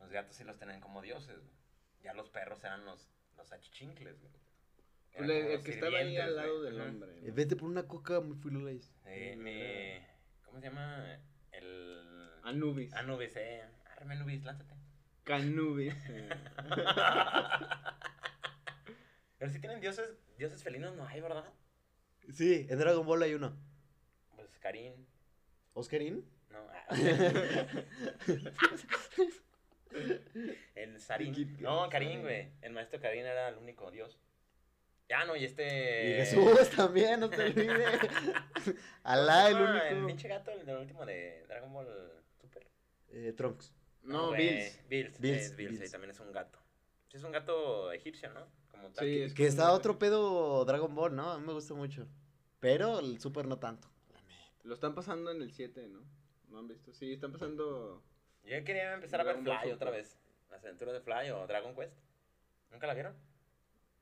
S4: los gatos sí los tenían como dioses, güey. Ya los perros eran los, los achichincles, güey. Eran
S2: Pues El,
S4: como
S2: el
S4: los
S2: que estaba ahí
S4: sirvientes,
S2: al lado
S4: güey.
S2: del
S4: Ajá.
S2: hombre.
S3: Eh,
S2: ¿no?
S3: Vete por una coca muy fululais.
S4: Eh, mi- ¿Cómo se llama? El...
S2: Anubis.
S4: Anubis, eh. Arme Anubis, lánzate.
S2: Canubis. eh.
S4: Pero si tienen dioses, dioses felinos no hay, ¿verdad?
S3: Sí, en Dragon Ball hay uno.
S4: Pues Karim,
S3: ¿Oscarín?
S4: no. ah. el Sarín.
S3: Kit Kat.
S4: No, Karim, güey. El maestro Karim era el único dios. Ya no, y
S3: Y
S4: este.
S3: Jesús también, no te olvides. Alá, el
S4: ¿Cómo se llama El
S3: único.
S4: pinche gato, el del último de Dragon Ball Super.
S3: Eh, Trunks.
S2: no,
S4: güey,
S2: Bills.
S4: Bills.
S3: Bills,
S4: es Bills,
S3: Bills.
S4: ahí también es un gato. Sí, es un gato egipcio, ¿no? Como tal.
S2: Sí, es
S3: Que está
S2: como-
S3: otro pedo Dragon Ball, ¿no? A mí me gusta mucho. Pero el Super no tanto.
S2: Lo están pasando en el 7, ¿no? ¿No han visto? Sí, están pasando.
S4: Yo quería empezar a ver
S2: Dragon Ball
S4: Fly
S2: Super.
S4: otra vez. Las aventuras de Fly o Dragon Quest. ¿Nunca la vieron?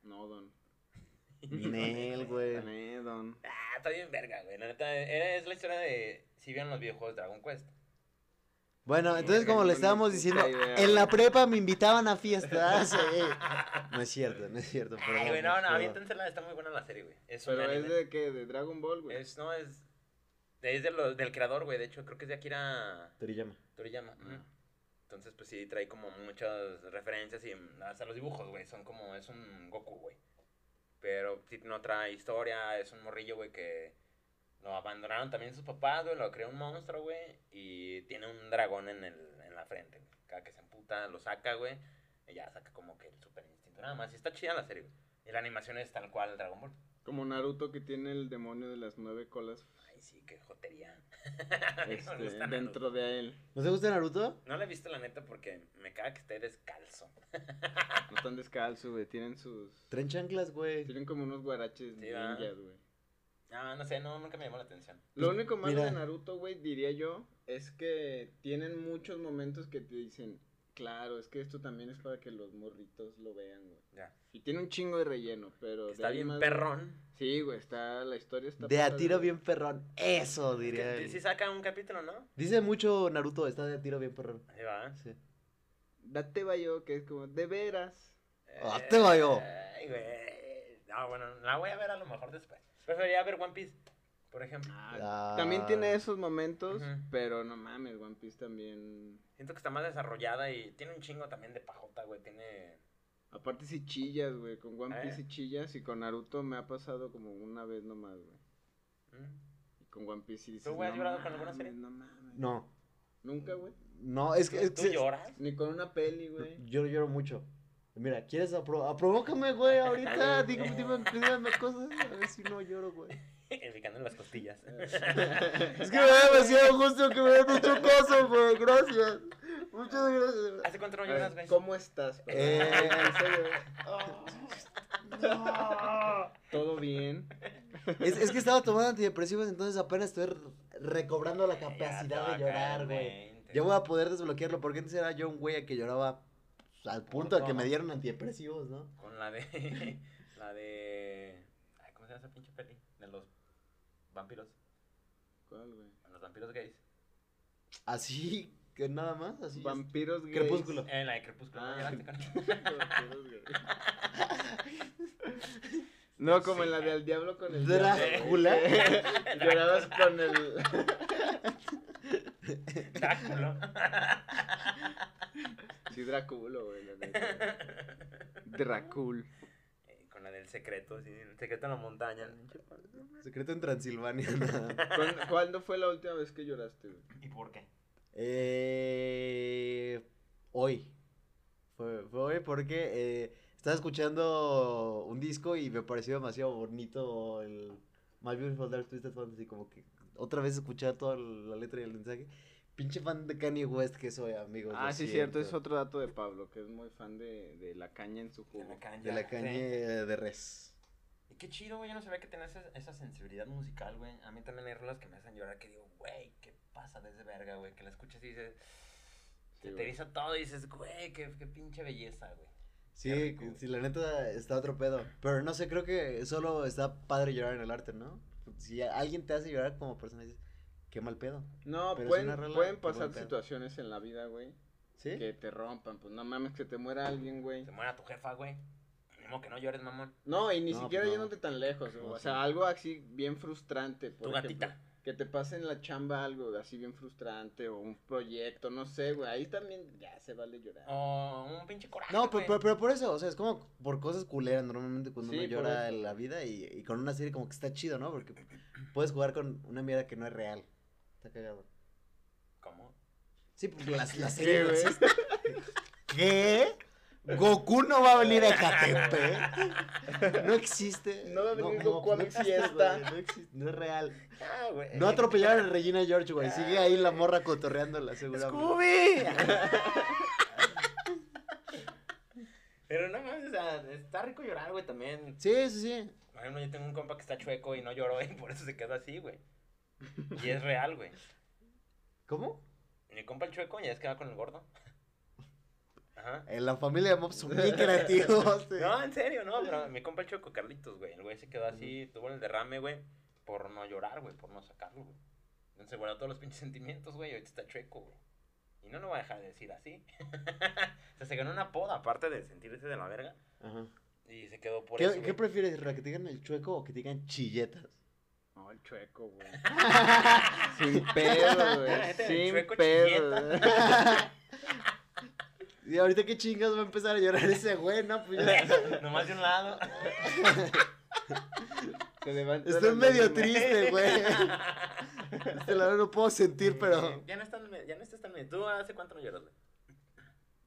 S2: No, Don.
S3: Nel, güey.
S2: Eh, Don.
S4: Ah, está bien verga, güey. La neta, era- es la historia de si vieron los videojuegos Dragon Quest.
S3: Bueno, entonces como le
S2: Ni
S3: estábamos
S2: puta
S3: diciendo,
S2: idea,
S3: en la
S2: güey.
S3: prepa me invitaban a fiestas. eh. No es cierto, no es cierto.
S4: Ay,
S3: perdón,
S4: güey, no, no,
S3: perdón.
S4: aviéntensela, está muy buena la serie, güey. Es un
S2: Pero es
S4: anime.
S2: de qué? De Dragon Ball, güey.
S4: Es- no, es... Es de los, del creador, güey. De hecho, creo que es de Akira
S3: Toriyama.
S4: Toriyama. Ujú.
S2: Ah.
S4: Entonces, pues sí, trae como muchas referencias y hasta los dibujos, güey. Son como, es un Goku, güey. Pero sí, no trae historia, es un morrillo, güey, que lo abandonaron también sus papás, güey. Lo creó un monstruo, güey. Y tiene un dragón en, el, en la frente, güey. Cada que se emputa, lo saca, güey. Y ya saca como que el super instinto. Nada más, y está chida la serie, güey. Y la animación es tal cual Dragon Ball.
S2: Como Naruto que tiene el demonio de las nueve colas
S4: Ay, sí, qué jotería.
S2: este,
S4: Me gusta Naruto.
S2: dentro de él.
S3: ¿No te gusta Naruto?
S4: No la he visto, la neta, porque me caga que esté descalzo.
S2: No están descalzos, güey. Tienen sus.
S3: Tren chanclas, güey.
S2: Tienen como unos guaraches
S4: Sí, ¿verdad?
S2: ninjas, güey.
S4: Ah, no sé, no, nunca me llamó la atención.
S2: Lo único malo
S3: Pues, Mira.
S2: de Naruto, güey, diría yo, es que tienen muchos momentos que te dicen, claro, es que esto también es para que los morritos lo vean, güey.
S4: Ya.
S2: Y tiene un chingo de relleno, pero... de
S4: Está
S2: ahí
S4: bien
S2: más-
S4: perrón.
S2: Sí, güey, está, la historia está...
S3: De a
S2: padre,
S3: tiro
S2: güey.
S3: bien perrón. Eso,
S4: Es
S3: diría.
S4: que
S3: él.
S4: sí saca un capítulo, ¿no?
S3: Dice mucho Naruto, está de a tiro bien perrón.
S4: Ahí va.
S3: Sí.
S2: Date bayo, que es como, de veras.
S3: Ah, te valió.
S4: Ay, güey. No, bueno, la voy a ver a lo mejor después. Preferiría ver One Piece, por ejemplo.
S2: Ah, También tiene esos momentos,
S4: Ujú.
S2: pero no mames, One Piece también.
S4: Siento que está más desarrollada y tiene un chingo también de pajota, güey. Tiene.
S2: Aparte si chillas, güey, con One
S4: Eh.
S2: Piece sí chillas y con Naruto me ha pasado como una vez nomás, güey.
S4: ¿Mm?
S2: Y con One Piece sí dices,
S4: güey, has
S2: "No
S4: llorado con alguna
S2: mames,
S4: serie?"
S2: No mames.
S3: No,
S2: Nunca, güey.
S3: no, es
S4: ¿Tú,
S3: que. es
S4: tú
S3: que-
S4: lloras?
S2: Ni con una peli, güey.
S3: Yo lloro mucho. Mira, ¿quieres apro ah, provócame, güey, ahorita? Digo, dime- díganme cosas, a ver si no lloro, güey.
S4: El picante en las costillas.
S3: Es que me da demasiado gusto que me den mucho coso, güey, gracias. Muchas gracias.
S4: ¿Hace cuánto no
S2: A
S4: lloras,
S2: ver,
S4: güey?
S2: ¿Cómo estás? papá?
S3: Eh.
S2: En serio, güey.
S3: Ah.
S2: Todo bien.
S3: Es, es que estaba tomando antidepresivos, entonces apenas estoy re- recobrando la capacidad
S4: Ya
S3: de llorar, güey.
S4: totalmente.
S3: Yo voy a poder desbloquearlo, porque antes era yo un güey a que lloraba pues, al punto a que me dieron antidepresivos, ¿no?
S4: Con la de. la de. Ay, ¿Cómo se llama esa pinche peli? De los vampiros.
S2: ¿Cuál, güey?
S4: de Los vampiros gays.
S3: Así, que nada más, así. es.
S2: Vampiros gays.
S3: Crepúsculo.
S4: Eh, la de Crepúsculo. ¿no?
S2: Ah.
S4: ¿Lloraste con ella?
S2: Vampiros gays. No, como en la de Al Diablo con el
S3: Drácula.
S2: Diablo, güey. Llorabas con el...
S4: Drácula.
S2: Sí, Dráculo, güey. la neta. Dracul.
S4: Eh, Con la del secreto, sí. El secreto en la montaña.
S3: Secreto en Transilvania, nada.
S2: ¿Cuándo, cuándo fue la última vez que lloraste, güey?
S4: ¿Y por qué?
S3: Eh, hoy. Fue, fue hoy porque eh, estaba escuchando un disco y me pareció demasiado bonito el My Beautiful Dark Twisted Fantasy. Como que otra vez escuchaba toda la letra y el mensaje. Pinche fan de Kanye West que soy, amigos.
S2: Ah,
S3: lo
S2: sí, cierto. Es
S3: siento.
S2: otro dato de Pablo, que es muy fan de, de la caña en su
S4: De
S2: jugo.
S4: la caña.
S3: De la
S4: sí.
S3: Kanye de res.
S4: Y qué chido, güey. Yo no sabía que tenías esa, esa sensibilidad musical, güey. A mí también hay rolas que me hacen llorar que digo, güey, ¿qué pasa desde verga, güey? Que la escuchas y dices.
S2: Sí,
S4: Se te
S2: güey.
S4: eriza todo y dices, güey, qué, qué pinche belleza, güey. Qué
S3: Sí,
S4: rico, güey.
S3: si la neta está otro pedo. Pero no sé, creo que solo está padre llorar en el arte, ¿no? Si alguien te hace llorar como persona, dices, qué mal pedo.
S2: No,
S3: Pero es
S2: pueden,
S3: una rola
S2: pueden
S3: que
S2: pasar
S3: golpea.
S2: situaciones en la vida, güey,
S3: ¿Sí?
S2: que te rompan. Pues no mames, que te muera alguien, güey.
S4: Se muera tu jefa, güey. Ni modo que no llores, mamón.
S2: No, y ni
S3: No,
S2: siquiera
S3: pues no.
S2: yéndote tan lejos, güey.
S3: No,
S2: O
S3: sí.
S2: sea, algo así bien frustrante. Por
S4: tu
S2: ejemplo,
S4: gatita.
S2: Que te pase en la chamba algo así bien frustrante o un proyecto, no sé, güey. Ahí también ya se vale llorar.
S4: O un pinche coraje.
S3: No, pues, pero, pero,
S4: güey.
S3: pero por eso, o sea, es como por cosas culeras normalmente cuando
S2: Sí,
S3: uno
S2: por
S3: llora
S2: eso.
S3: en la vida y, y con una serie como que está chido, ¿no? Porque puedes jugar con una mierda que no es real. Está cagado.
S4: ¿Cómo?
S3: Sí, porque las, las
S2: Sí,
S3: series no
S2: güey.
S3: existen. ¿Qué? Goku no va a venir a Ecatepec. No existe.
S2: No va a venir Goku a mi
S3: existe,
S2: fiesta.
S3: güey, No existe, no es real.
S4: Ah, güey.
S3: No atropellaron a Regina George, güey. Sigue ahí la morra cotorreándola, seguramente.
S4: ¡Scooby! pero no mames, o sea, está rico llorar, güey, también.
S3: Sí, sí, sí.
S4: Por ejemplo, yo tengo un compa que está chueco y no lloró y por eso se quedó así, güey. Y es real, güey.
S3: ¿Cómo?
S4: Mi compa el chueco ya es que va con el gordo. Ajá.
S3: En la familia de Mob son bien creativos. sí.
S4: No, en serio, no, pero mi compa el chueco Carlitos, güey. El güey se quedó así, tuvo el derrame, güey, por no llorar, güey, por no sacarlo, güey. Entonces guardó todos los pinches sentimientos, güey, y ahorita está chueco, güey. Y no lo voy a dejar de decir así. o sea, se ganó una poda, aparte de sentirse de la verga.
S3: Ajá.
S4: Y se quedó por eso.
S3: ¿Qué,
S4: güey.
S3: ¿Qué prefieres, Ra, que te digan el chueco o que te digan chilletas?
S2: No, el chueco, güey. Sin pedo,
S4: La
S2: güey.
S4: gente del
S2: Sin
S4: chueco
S2: pedo. güey.
S3: Y ahorita qué chingas va a empezar a llorar ese güey, ¿no? Pues ya-
S4: Nomás de un lado.
S2: Se levanta
S3: Estoy
S2: la
S3: medio
S2: lágrima.
S3: triste, güey. Este la verdad no puedo sentir, pero...
S4: Ya no estás, ya no estás tan medio. ¿Tú hace cuánto no lloras, güey?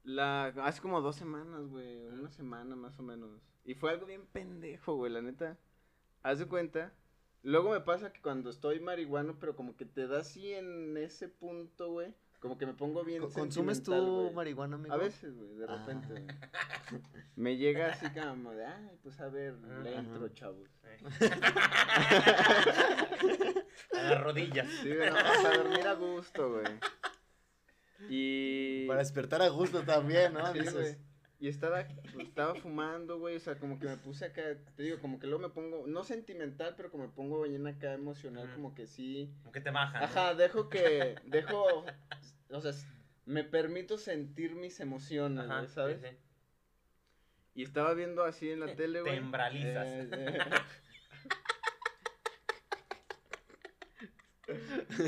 S2: La, hace como dos semanas, güey. Una semana más o menos. Y fue algo bien pendejo, güey, la neta. Haz de cuenta. Luego me pasa que cuando estoy marihuano, pero como que te da así en ese punto, güey. Como que me pongo bien.
S3: Co- ¿Consumes tú
S2: sentimental, güey.
S3: marihuana, amigo?
S2: A veces, güey, de
S3: Ah.
S2: repente. güey. Me llega así como de, ay, pues a ver, le
S4: Ajá.
S2: entro, chavos.
S4: A las rodillas.
S2: Sí, güey, no, para dormir a gusto, güey. Y.
S3: Para despertar a gusto también, ¿no?
S2: Sí,
S3: Dices,
S2: güey. Y estaba, pues, estaba fumando, güey, o sea, como que me puse acá, te digo, como que luego me pongo, no sentimental, pero como me pongo bien acá emocional,
S4: Ujú.
S2: como que sí.
S4: Como que te bajan. ¿no?
S2: Ajá, dejo que, dejo, o sea, s- me permito sentir mis emociones,
S4: Ajá,
S2: güey, ¿sabes?
S4: sí, sí.
S2: Y estaba viendo así en la tele,
S4: Te
S2: güey.
S4: embralizas.
S2: eh, eh,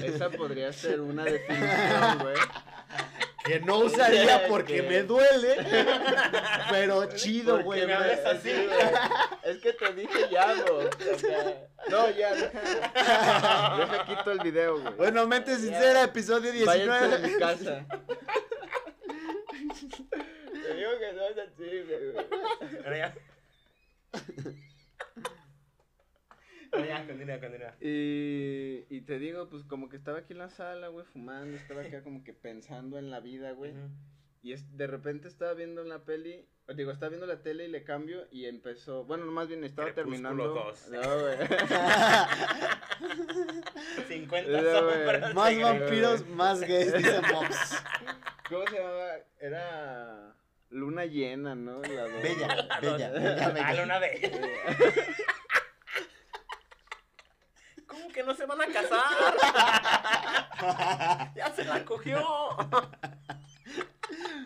S2: Esa podría ser una definición, güey.
S3: Que no usaría
S2: Ya,
S3: porque
S2: que-
S3: me duele. Pero chido,
S2: Porque
S3: güey.
S4: me
S3: me-
S4: hables así.
S2: Es que te dije ya, güey. O sea, no, ya, deja. Deja quito el video, güey.
S3: Bueno, mente sincera, episodio
S2: Váyanse a
S3: 19.
S2: mi casa. Te digo que no es así, güey.
S4: Pero ya. Pero ya, continúa, continúa.
S2: Y, y te digo, pues como que estaba aquí en la sala, güey, fumando, estaba acá como que pensando en la vida, güey.
S4: Ujú.
S2: Y es, de repente estaba viendo la peli, o digo, estaba viendo la tele y le cambio y empezó, bueno, más bien estaba
S4: Crepúsculo
S2: terminando.
S4: dos.
S2: No, güey.
S4: 50
S2: Ya, Eh, güey.
S4: sombras.
S3: Más
S4: de Grey.
S3: vampiros, más gays, dice Mops.
S2: ¿Cómo se llamaba? Era Luna Llena, ¿no? La dos.
S3: Bella, bella, bella,
S4: Ah,
S3: bella.
S4: Luna Bella. ¿Cómo que no se van a casar? ya se la cogió.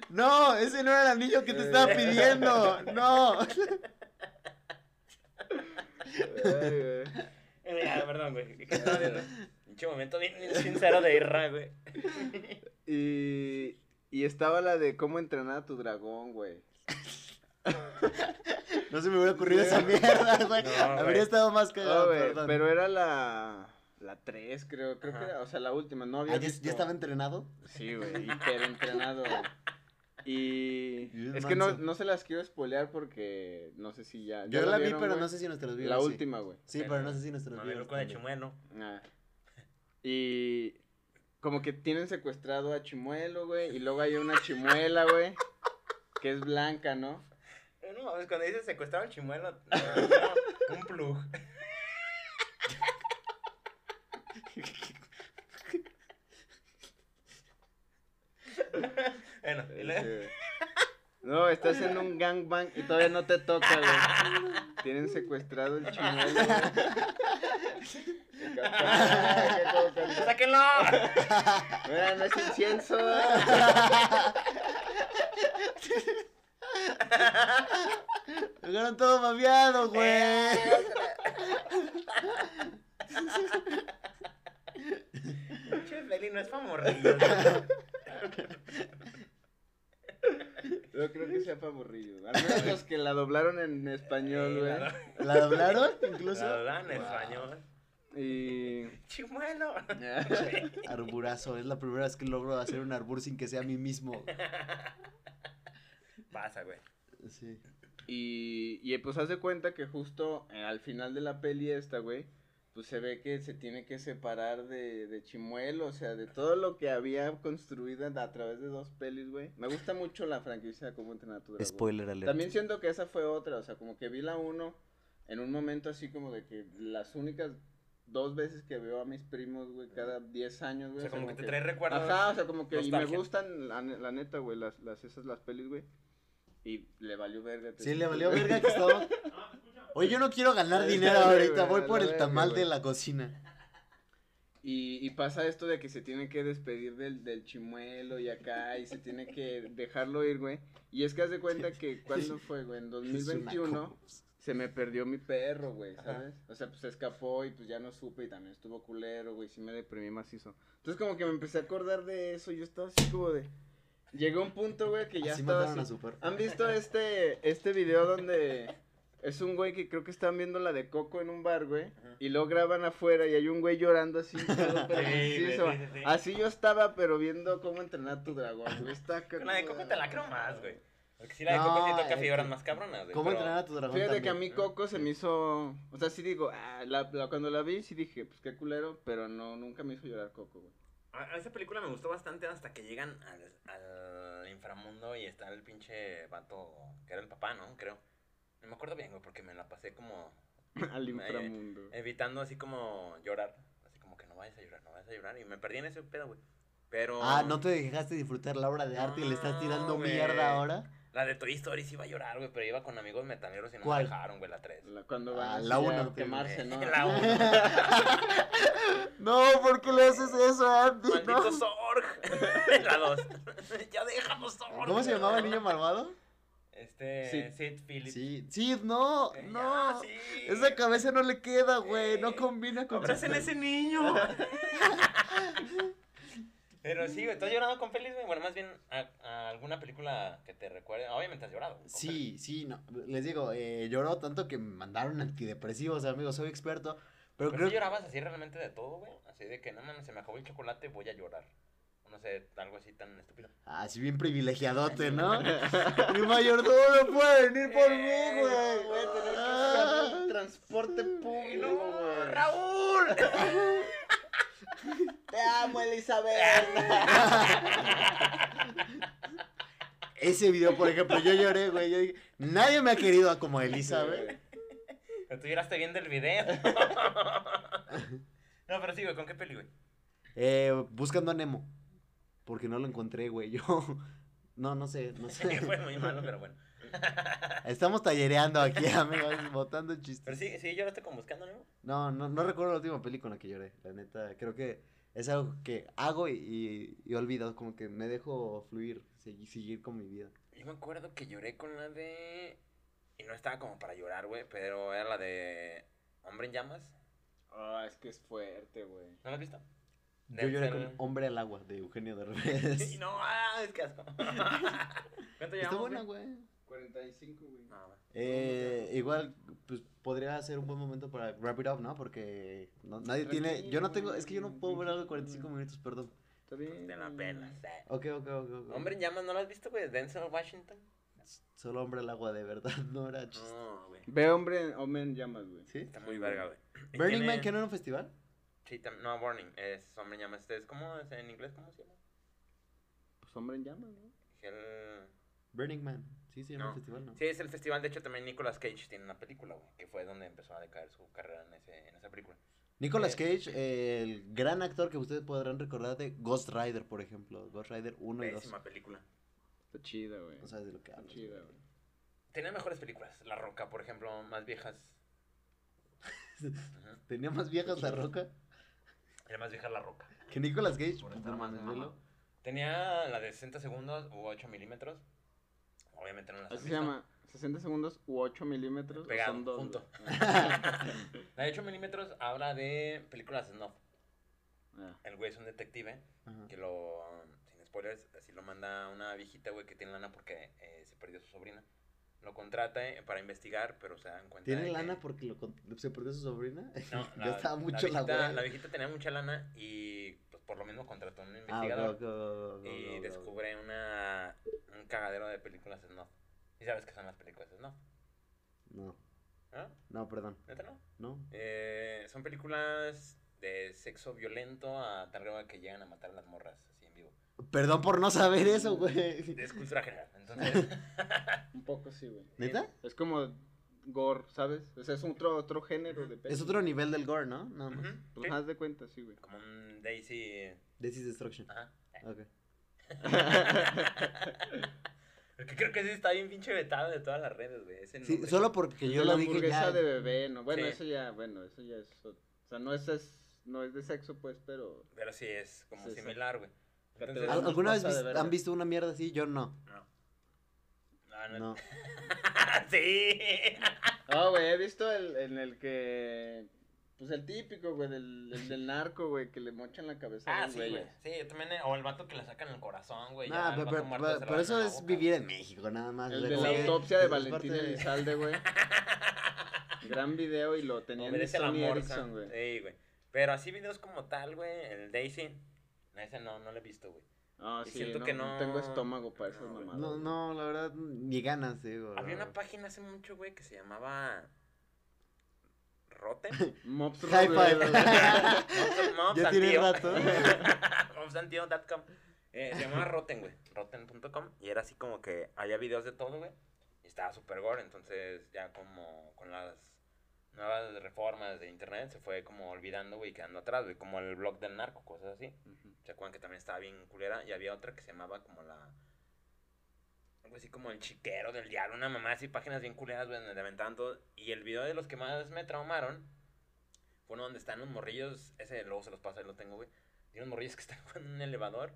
S3: No, ese no era el anillo que te estaba pidiendo. No.
S2: Ay, güey.
S4: Eh, ya, perdón, güey. ¿Qué estaba haciendo? Pinche momento bien bien sincero de Irra, güey.
S2: Y, y estaba la de cómo entrenar a tu dragón, güey.
S3: No se me hubiera ocurrido esa mierda, güey.
S4: No, güey.
S3: Habría estado más
S2: No,
S3: cagado,
S2: Ah, güey,
S3: perdón.
S2: pero era la... La 3, creo, creo que
S4: Ajá.
S2: era, o sea, la última, no había
S3: Ah, ¿ya,
S2: visto.
S3: ya estaba entrenado?
S2: Sí, güey, hiperentrenado. güey.
S3: Y
S2: Y
S3: es
S2: es que no,
S3: manso.
S2: no se las quiero spoilear porque no sé si Ah, ya.
S3: Yo
S2: ¿ya lo
S3: la vi,
S2: vieron,
S3: pero
S2: güey?
S3: no sé si nuestros vieron.
S2: La
S3: sí.
S2: última, güey.
S3: Sí, pero no sé si nuestros vieron.
S4: Mameluco de Chimuelo.
S2: Ah. Y como que tienen secuestrado a Chimuelo, güey. Y luego hay una chimuela, güey. Que es blanca, ¿no?
S4: Eh, No mames, cuando dices secuestraron Chimuelo, no, un plug. bueno, y luego-
S2: Este, No, estás en un gangbang y todavía no te toca, güey. Tienen secuestrado el chimuelo, güey.
S4: ¡Sáquenlo!
S2: Mira, no es incienso.
S3: Llegaron todo mameado, güey.
S4: Eh. Che, Feli, no es pa' morrillos.
S2: No creo que sea para morrillos. Al menos los que la doblaron en español,
S4: Sí, la
S2: güey.
S3: ¿La doblaron incluso?
S4: La verdad, en
S3: Wow.
S4: español.
S2: Y.
S4: Chimuelo.
S3: Arburazo, es la primera vez que logro hacer un arbur sin que sea a mí mismo.
S4: Pasa, güey.
S3: Sí.
S2: Y, y pues haz de cuenta que justo eh, al final de la peli esta, güey, pues se ve que se tiene que separar de, de Chimuelo, o sea, de todo lo que había construido a a través de dos pelis, güey. Me gusta mucho la franquicia de Cómo entrenar a tu dragón.
S3: Spoiler alert.
S2: También siento que esa fue otra, o sea, como que vi la uno en un momento así como de que las únicas dos veces que veo a mis primos, güey, cada 10 años,
S4: O
S2: güey.
S4: sea, como que te trae recuerdos.
S2: Ajá, o sea, como que y me
S4: nostalgia.
S2: gustan, la, ne- la neta, güey, las, las, esas, las pelis, güey. Y le valió verga. te
S3: Sí, le
S2: siento,
S3: valió
S2: güey.
S3: verga que estaba. Oye, yo no quiero ganar dinero
S2: Sí,
S3: ahorita,
S2: güey,
S3: voy
S2: la
S3: por el
S2: verga,
S3: tamal
S2: güey.
S3: de la cocina.
S2: Y, y pasa esto de que se tiene que despedir del, del chimuelo y acá, y se tiene que dejarlo ir, güey. Y es que haz de cuenta que, ¿cuándo fue, güey? En 2021 se me perdió mi perro, güey, ¿sabes? O sea, pues se escapó y pues ya no supe y también estuvo culero, güey, sí me deprimí macizo. Entonces como que me empecé a acordar de eso, yo estaba así como de... Llegó un punto, güey, que ya
S3: Así
S2: estaba
S3: mataron
S2: así-
S3: a su perro.
S2: ¿Han visto este, este video donde es un güey que creo que están viendo la de Coco en un bar, güey?
S4: Ajá.
S2: Y lo graban afuera y hay un güey llorando así. todo preciso.
S4: sí, sí, sí.
S2: Así yo estaba, pero viendo cómo entrenar a tu dragón. güey. Está
S4: Con la de Coco te la creo más, güey. Porque si la de
S3: No,
S4: Coco sí
S3: es
S4: toca
S3: que-
S4: figuras más cabronas, güey.
S3: ¿Cómo
S4: pero-
S3: entrenar a tu dragón?
S2: Fíjate que a
S3: también?
S2: mí Coco se me hizo. O sea, sí digo, ah, la- la- cuando la vi, sí dije, pues qué culero, pero no, nunca me hizo llorar Coco, güey.
S4: A, a esa película me gustó bastante hasta que llegan al, al inframundo y está el pinche vato, que era el papá, ¿no? Creo. No me acuerdo bien, güey, porque me la pasé como
S2: Al inframundo.
S4: evitando así como llorar. Así como que no vayas a llorar, no vayas a llorar. Y me perdí en ese pedo, güey. Pero.
S3: Ah, ¿no te dejaste disfrutar la obra de arte y le estás tirando
S4: No, güey.
S3: mierda ahora?
S4: La de Toy Story sí iba a llorar, güey, pero iba con amigos metaleros y no
S3: ¿Cuál?
S4: me dejaron, güey, la 3.
S2: La- cuando
S3: Ah,
S2: va
S3: la uno,
S2: a
S3: güey.
S2: quemarse, ¿no?
S4: La 1.
S3: No, ¿por qué le haces eso a Andy?
S4: Maldito
S3: No.
S4: Zorg. la 2. ya déjanos Zorg.
S3: ¿Cómo se llamaba el niño malvado?
S4: Eh, Este
S3: Sid.
S4: Sid Phillips.
S3: Sí, sí, no,
S4: Eh, ya,
S3: no.
S4: sí.
S3: Esa cabeza no le queda, güey.
S4: Eh,
S3: No combina con su-
S4: Abracen a ese niño. Pero sí, güey, ¿tú has llorado con pelis, güey? Bueno, más bien a, a alguna película que te recuerde. Ah, Obviamente has llorado. con pelis.
S3: Sí, sí, no. Les digo, eh, lloró tanto que me mandaron antidepresivos, amigos. Soy experto. Pero,
S4: Pero
S3: creo
S4: sí llorabas así realmente de todo, güey. Así de que, no mames, se me acabó el chocolate, voy a llorar. No sé, algo así tan estúpido.
S3: Así Ah, bien privilegiadote, ¿no? Mi mayordomo no puede venir por mí, güey.
S2: Eh, Voy a tener que
S3: Ah.
S2: usar el transporte
S4: ¡Ay,
S2: público,
S4: ¡No,
S2: güey.
S4: Raúl!
S2: Te amo, Elizabeth.
S3: Ese video, por ejemplo, yo lloré, güey. Yo dije, nadie me ha querido como Elizabeth.
S4: Pero tú lloraste viendo el video. no, pero sí, güey, ¿con qué peli, güey?
S3: Eh, buscando a Nemo. Porque no lo encontré, güey. Yo. No, no sé, no sé.
S4: Fue muy malo, pero bueno.
S3: Estamos tallereando aquí, amigos, botando
S4: Pero
S3: chistes.
S4: sí, sí lloraste con Buscando, ¿no?
S3: No, no, no recuerdo la última película que lloré. La neta, creo que es algo que hago y, y, y olvido. Como que me dejo fluir, seguir, seguir con mi vida.
S4: Yo me acuerdo que lloré con la de... Y no estaba como para llorar, güey, pero era la de... Hombre en llamas.
S2: Ah, es que es fuerte, güey.
S4: ¿No la has visto?
S3: Yo lloré
S4: Denzel-
S3: con Hombre al agua de Eugenio Derbez.
S4: No, ah, es que asco. ¿Cuánto
S3: Está
S4: llevamos,
S3: buena,
S4: güey?
S3: güey.
S2: 45, güey.
S4: No, güey.
S3: Eh, igual, pues podría ser un buen momento para wrap it up, ¿no? Porque no- nadie tiene. Yo no tengo. Es que yo no puedo ver algo de 45 minutos, perdón.
S2: Está bien.
S4: Te pues, la pelas. eh.
S3: Ok, ok, ok. ok.
S4: Hombre en llamas, ¿no la has visto, güey? Denzel Washington.
S3: Solo hombre al agua, de verdad. No era chiste.
S4: No, güey.
S2: Ve, hombre, hombre en llamas, güey.
S3: ¿Sí?
S4: Está muy verga, güey. Y
S3: Burning
S4: tiene-
S3: Man, que no era un festival.
S4: Sí, tam- no, Burning. Es hombre en llamas. Este es como es en inglés, ¿cómo se llama?
S2: Pues hombre en llamas, ¿no?
S4: El-
S3: Burning Man. Sí, sí, era
S4: No.
S3: un festival, ¿no?
S4: Sí, es el festival. De hecho, también Nicolas Cage tiene una película, güey. Que fue donde empezó a decaer su carrera en, ese, en esa película.
S3: Nicolas Cage, eh, el gran actor que ustedes podrán recordar de Ghost Rider, por ejemplo. Ghost Rider 1 y 2.
S4: Pésima película.
S2: Está chida, güey.
S3: No sabes de lo que
S2: Está
S3: hablo.
S2: chida, güey.
S4: Tenía mejores películas. La Roca, por ejemplo, más viejas. Ajá.
S3: Tenía más viejas la roca
S4: Era más vieja La Roca.
S3: que Nicolas Cage.
S4: Por
S3: No
S4: estar más
S3: mames,
S4: mamá.
S3: velo.
S4: Tenía la de 60 segundos u 8 milímetros. Obviamente no las han
S2: Así se
S4: visto.
S2: llama. 60 segundos u 8 milímetros. o
S4: Pegado,
S2: son dos,
S4: junto.
S2: güey.
S4: La de 8 milímetros habla de películas snuff.
S2: Ah,
S4: El güey es un detective
S3: Ajá.
S4: que lo, sin spoilers, así lo manda a una viejita, güey, que tiene lana porque eh, se perdió su sobrina. Lo contrata eh, para investigar, pero se dan cuenta. de
S3: ¿Tiene
S4: que-
S3: lana porque lo, con- se perdió su sobrina?
S4: No,
S3: ya estaba mucho la
S4: la viejita,
S3: wea.
S4: la viejita tenía mucha lana y pues por lo mismo contrató a un
S3: Ah,
S4: investigador.
S3: ok, ok, ok, ok, ok,
S4: Y
S3: ok.
S4: descubre una, un cagadero de películas snuff. ¿Y sabes qué son las películas snuff?
S3: No,
S4: ¿No?
S3: no, perdón.
S4: ¿Neta no?
S3: No.
S4: Eh, son películas de sexo violento a tal grado que llegan a matar a las morras, así en vivo.
S3: Perdón por no saber eso, güey.
S4: Es cultura general, entonces...
S2: un poco sí, güey.
S3: ¿Neta?
S2: Es como gore, ¿sabes? O sea, es otro, otro género de
S3: Es otro nivel del gore, ¿no? Nada
S4: Ujú,
S3: más.
S2: Pues
S4: sí.
S2: haz de cuenta, sí, güey.
S4: Como un Daisy...
S3: This is Destruction.
S4: Ajá.
S3: Ok.
S4: Porque creo que sí está bien pinche vetado de todas las redes, güey. Ese
S3: Sí,
S4: nombre.
S3: solo porque yo
S2: la
S3: lo dije
S2: hamburguesa
S3: ya.
S2: de bebé, no. Bueno,
S4: Sí.
S2: eso ya, bueno, eso ya es. ot- O sea, no es, es- no es de sexo, pues, pero.
S4: Pero sí es como
S2: Sí, sí.
S4: similar, güey.
S2: Pero te
S4: Entonces,
S3: ¿Al-
S2: una
S3: ¿Alguna vez
S2: cosa de
S3: vis-
S2: verga.
S3: han visto una mierda así? Yo no.
S4: No. No, no.
S3: No.
S4: sí.
S2: Ah, güey, he visto el, en el que. Pues el típico, güey, del, el del narco, güey, que le mochan la cabeza. a
S4: Ah,
S2: los
S4: sí,
S2: güeyes.
S4: güey. Sí, yo también... eh, O el vato que le sacan el corazón, güey. pues, ya,
S3: Nah,
S4: el
S3: pero,
S4: vato
S3: pero-
S4: muerto
S3: pero-
S4: se lo
S3: pero eso
S4: dejan en la
S3: es
S4: boca.
S3: vivir en México, nada más. o
S2: El
S3: sea,
S2: de
S3: como
S2: la
S3: que
S2: autopsia de
S3: es parte
S2: Valentín
S3: de-
S2: Elizalde, güey. Gran video y lo tenía en
S4: Obedece la
S2: Sony
S4: morsa. Eh,
S2: Ericsson, güey.
S4: Sí, güey. Pero así videos como tal, güey, el Daisy, no, ese no, no lo he visto, güey.
S2: Ah,
S4: Y
S2: sí,
S4: siento
S2: no,
S4: que
S2: no
S4: no-
S2: tengo estómago para esas
S4: no, güey.
S2: mamadas.
S3: No,
S2: güey.
S3: no, la verdad, ni ganas, eh, digo.
S4: Había
S3: la
S2: Ah.
S4: una página hace mucho, güey, que se llamaba Rotten.
S2: Mobs
S3: High
S2: Roll,
S3: five.
S2: güey.
S4: pues,
S3: Ya tiene rato.
S4: Mobsantio.com. Eh, se llamaba Rotten, güey. Rotten.com. Y era así como que había videos de todo, güey. Y estaba super gore. Entonces, ya como con las nuevas reformas de internet se fue como olvidando, güey, quedando atrás, güey. Como el blog del narco, cosas así. ¿Se acuerdan que también estaba bien culera? Y había otra que se llamaba como la. Algo así como el chiquero del diablo, una mamá así, páginas bien culeras, güey, donde aventaban todo. Y el video de los que más me traumaron fue uno donde están los morrillos. Ese luego se los paso, ahí lo tengo, güey. Tiene unos morrillos que están jugando en un elevador.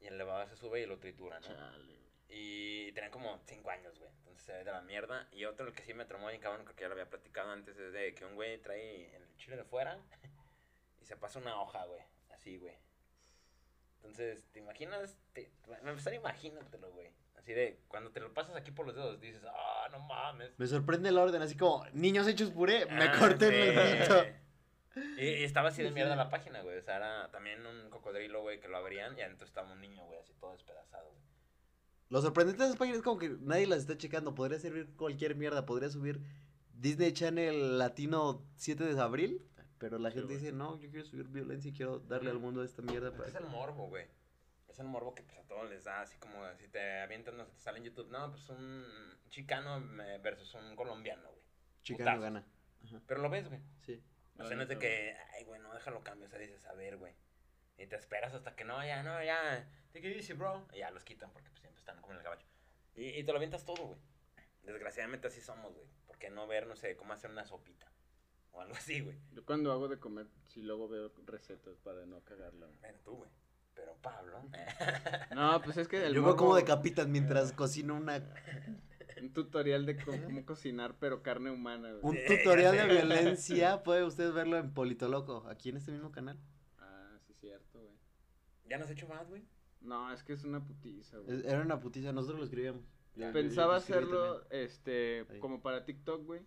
S4: Y el elevador se sube y lo tritura, ¿no?
S2: Chale, güey.
S4: Y Y tenía como 5 años, güey. Entonces se ve de la mierda. Y otro, el que sí me traumó bien cabrón, creo que ya lo había platicado antes, es de que un güey trae el chile de fuera y se pasa una hoja, güey. Así, güey. Entonces, ¿te imaginas? Te, me gustaría imagínatelo, güey. Así de, cuando te lo pasas aquí por los dedos, dices, ah, no mames.
S3: Me sorprende la orden, así como, niños hechos puré, me
S4: Ah,
S3: corté
S4: sí.
S3: el dedito.
S4: Y, y estaba así de
S3: Sí.
S4: mierda la página, güey. O sea, era también un cocodrilo, güey, que lo abrían y adentro estaba un niño, güey, así todo despedazado, güey.
S3: Lo sorprendente de esas páginas es como que nadie las está checando. Podría servir cualquier mierda. Podría subir Disney Channel Latino 7 de abril. Pero la
S4: Sí,
S3: gente
S4: güey.
S3: dice, no, yo quiero subir violencia y quiero darle al mundo esta mierda.
S4: Pues Es que
S3: Para...
S4: es el morbo, güey. Es el morbo que pues, a todos les da, así como si te avientan, no sé, te sale en YouTube. No, pues un chicano eh, versus un colombiano, güey.
S3: Chicano
S4: putazos.
S3: gana. Ajá,
S4: Pero lo ves, güey.
S3: sí.
S4: O sea, no es de que, ay, güey, no déjalo cambio. O sea, dices, a ver, güey. Y te esperas hasta que no, ya, no, ya. Take it easy, bro. Y ya los quitan porque pues, siempre están como en el caballo. Y, y te lo avientas todo, güey. Desgraciadamente así somos, güey. ¿Por qué no ver, no sé, cómo hacer una sopita? O algo así, güey.
S2: Yo cuando hago de comer, sí luego veo recetas para no cagarla. güey.
S4: Bueno, tú, güey. Pero Pablo.
S2: No, pues es que el
S3: Yo veo como
S2: morbo-
S3: decapitan mientras cocino una,
S2: un tutorial de cómo, cómo cocinar, pero carne humana, güey.
S3: un
S4: Sí, ya
S3: tutorial
S4: sé.
S3: de violencia. Puede usted verlo en Politoloco, aquí en este mismo canal.
S2: Ah, sí, cierto, güey.
S4: ¿Ya nos has hecho más, güey?
S2: No, es que es una putiza, güey.
S3: Es- E, Era una putiza, nosotros lo escribíamos. Yo- yo- Ah, yo
S2: Pensaba
S3: lo escribí
S2: hacerlo,
S3: también.
S2: este,
S3: Ahí.
S2: como para TikTok, güey.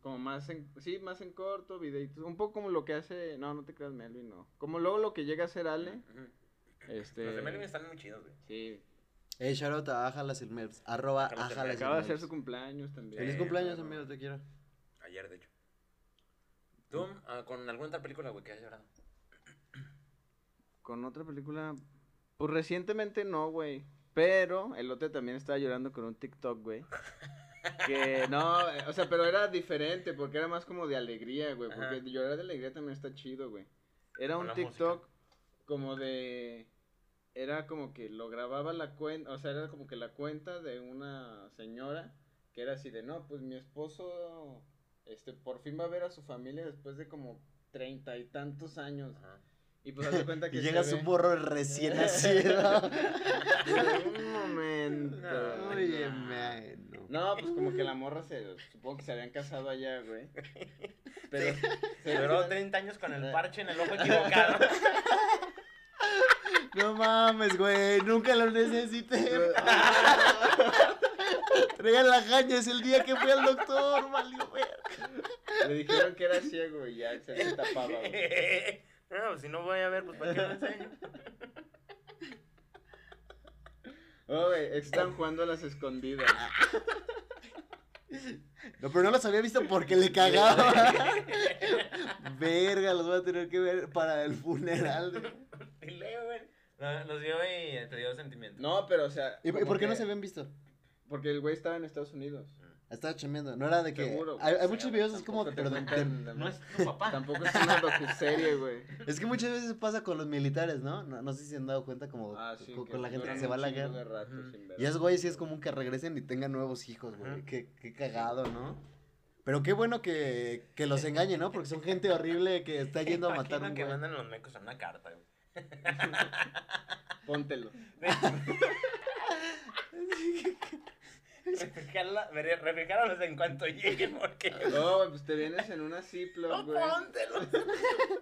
S2: Como más en, sí, más en corto, videitos. Un poco como lo que hace, no, no te creas, Melvin, no. Como luego lo que llega a hacer Ale,
S4: Ujú.
S2: este.
S4: Los de Melvin están muy chidos, güey.
S2: Sí,
S3: Eh, shout out a Ajalas el Merps, arroba
S4: Ajalas el
S3: Ajalas el
S4: Merps.
S2: acaba de hacer
S3: Merps.
S2: su cumpleaños también.
S3: Feliz
S4: Sí,
S3: cumpleaños,
S4: claro.
S3: amigo, te quiero.
S4: Ayer, de hecho. ¿Tú?
S3: Mm.
S4: ah, ¿Con alguna otra película, güey, que hayas llorado?
S2: Con otra película, pues recientemente no, güey. Pero el otro también estaba llorando con un TikTok, güey. Que no, eh, o sea, pero era diferente porque era más como de alegría, güey. Porque
S4: Ajá.
S2: llorar de alegría también está chido, güey. Era
S4: Con
S2: un
S4: la
S2: TikTok
S4: música.
S2: como de. Era como que lo grababa la cuenta, o sea, era como que la cuenta de una señora que era así de, no, pues mi esposo, este, por fin va a ver a su familia después de como treinta y tantos años.
S4: Ajá.
S2: Y pues haz de cuenta que.
S3: Y
S2: se
S3: llega su
S2: ve-
S3: borro recién nacido.
S2: un momento.
S4: No,
S3: Oye, man. no.
S2: No, pues como que la morra se. Supongo que se habían casado allá, güey. Pero. se
S4: Duró
S2: quedan-
S4: 30 años con el parche en el ojo equivocado.
S3: No mames, güey, nunca lo necesité. Traigan la caña, es el día que fui al doctor, valió ver.
S2: Le dijeron que era ciego y ya se le tapaba, güey.
S4: no, pues, si no voy a ver, pues ¿para qué lo enseño?
S2: Oh, güey, están jugando a las escondidas.
S3: Ah. No, pero no los había visto porque le cagaba. Verga, los voy a tener que ver para el funeral. güey.
S4: Y luego, güey. No, Los vio y te dio sentimiento.
S2: No, pero o sea.
S3: ¿Y, y
S2: como
S3: por qué no
S2: que-
S3: se habían visto?
S2: Porque el güey estaba en Estados Unidos.
S3: Estaba chambeando, no era de que.
S2: Seguro, güey.
S3: hay hay
S2: O sea,
S3: muchos videos así como,
S2: tampoco te
S3: pero de- de-
S2: cuentan-
S4: No es tu papá.
S2: Tampoco es una docuserie, güey.
S3: Es que muchas veces pasa con los militares, ¿no? No, no sé si se han dado cuenta como
S2: Ah, sí.
S3: con,
S2: que
S3: con la gente
S2: duran
S3: que se va a
S2: un
S3: la
S2: chingo
S3: guerra.
S2: de rato
S4: Ujú.
S2: sin ver.
S3: Y es güey, sí es común que regresen y tengan nuevos hijos, güey.
S4: Ajá.
S3: Qué, qué cagado, ¿no? Pero qué bueno que, que los engañen, ¿no? Porque son gente horrible que está yendo a matar a un
S4: que
S3: güey.
S4: mandan los mecos en una carta, güey.
S2: Póntelo.
S4: Refrigerarla- ver- Refrigéralos en cuanto lleguen, porque.
S2: No, güey, pues te vienes en una Ziploc,
S4: No,
S2: güey.
S4: póntelos.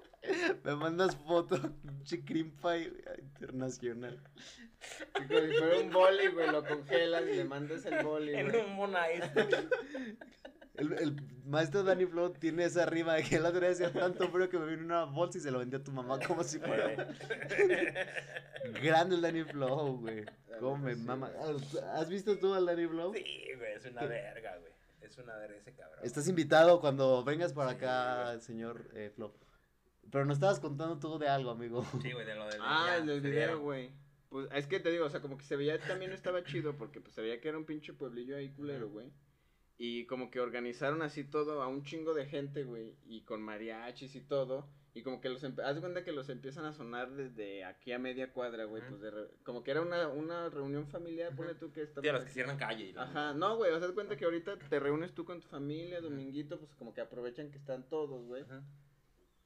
S3: Me mandas fotos, pinche cream pie güey, internacional.
S2: Y como si fuera un boli, güey, lo congelas y le mandas el boli,
S4: En
S2: güey.
S4: un monais.
S3: El, el maestro Danny Flow tiene esa rima de que la otra vez hacía tanto frío que me vino una bolsa y se lo vendió a tu mamá como si fuera. Grande el Danny Flow, güey. Come,
S2: Sí,
S3: mamá.
S2: güey.
S3: ¿Has visto tú al Danny Flow?
S4: Sí, güey, es una verga, güey. Es una verga ese cabrón.
S3: Estás invitado cuando vengas para
S4: Sí,
S3: acá, señor eh, Flo. Pero nos estabas contando tú de algo, amigo.
S4: Sí, güey, de lo del.
S2: Ah,
S4: ya,
S2: el del
S4: se
S2: video,
S4: vieron.
S2: güey. Pues es que te digo, o sea, como que se veía también estaba chido porque pues se veía que era un pinche pueblillo ahí culero, güey. Y como que organizaron así todo a un chingo de gente, güey, y con mariachis y todo. Y como que los, empe- haz de cuenta que los empiezan a sonar desde aquí a media cuadra, güey,
S4: Ujú.
S2: pues de re- como que era una, una reunión familiar,
S4: Ujú.
S2: ponle tú que está
S4: Sí, a los que cierran calle. y la-
S2: Ajá, no, güey, o sea, haz de cuenta que ahorita te reúnes tú con tu familia, dominguito, pues como que aprovechan que están todos, güey.
S4: Ujú.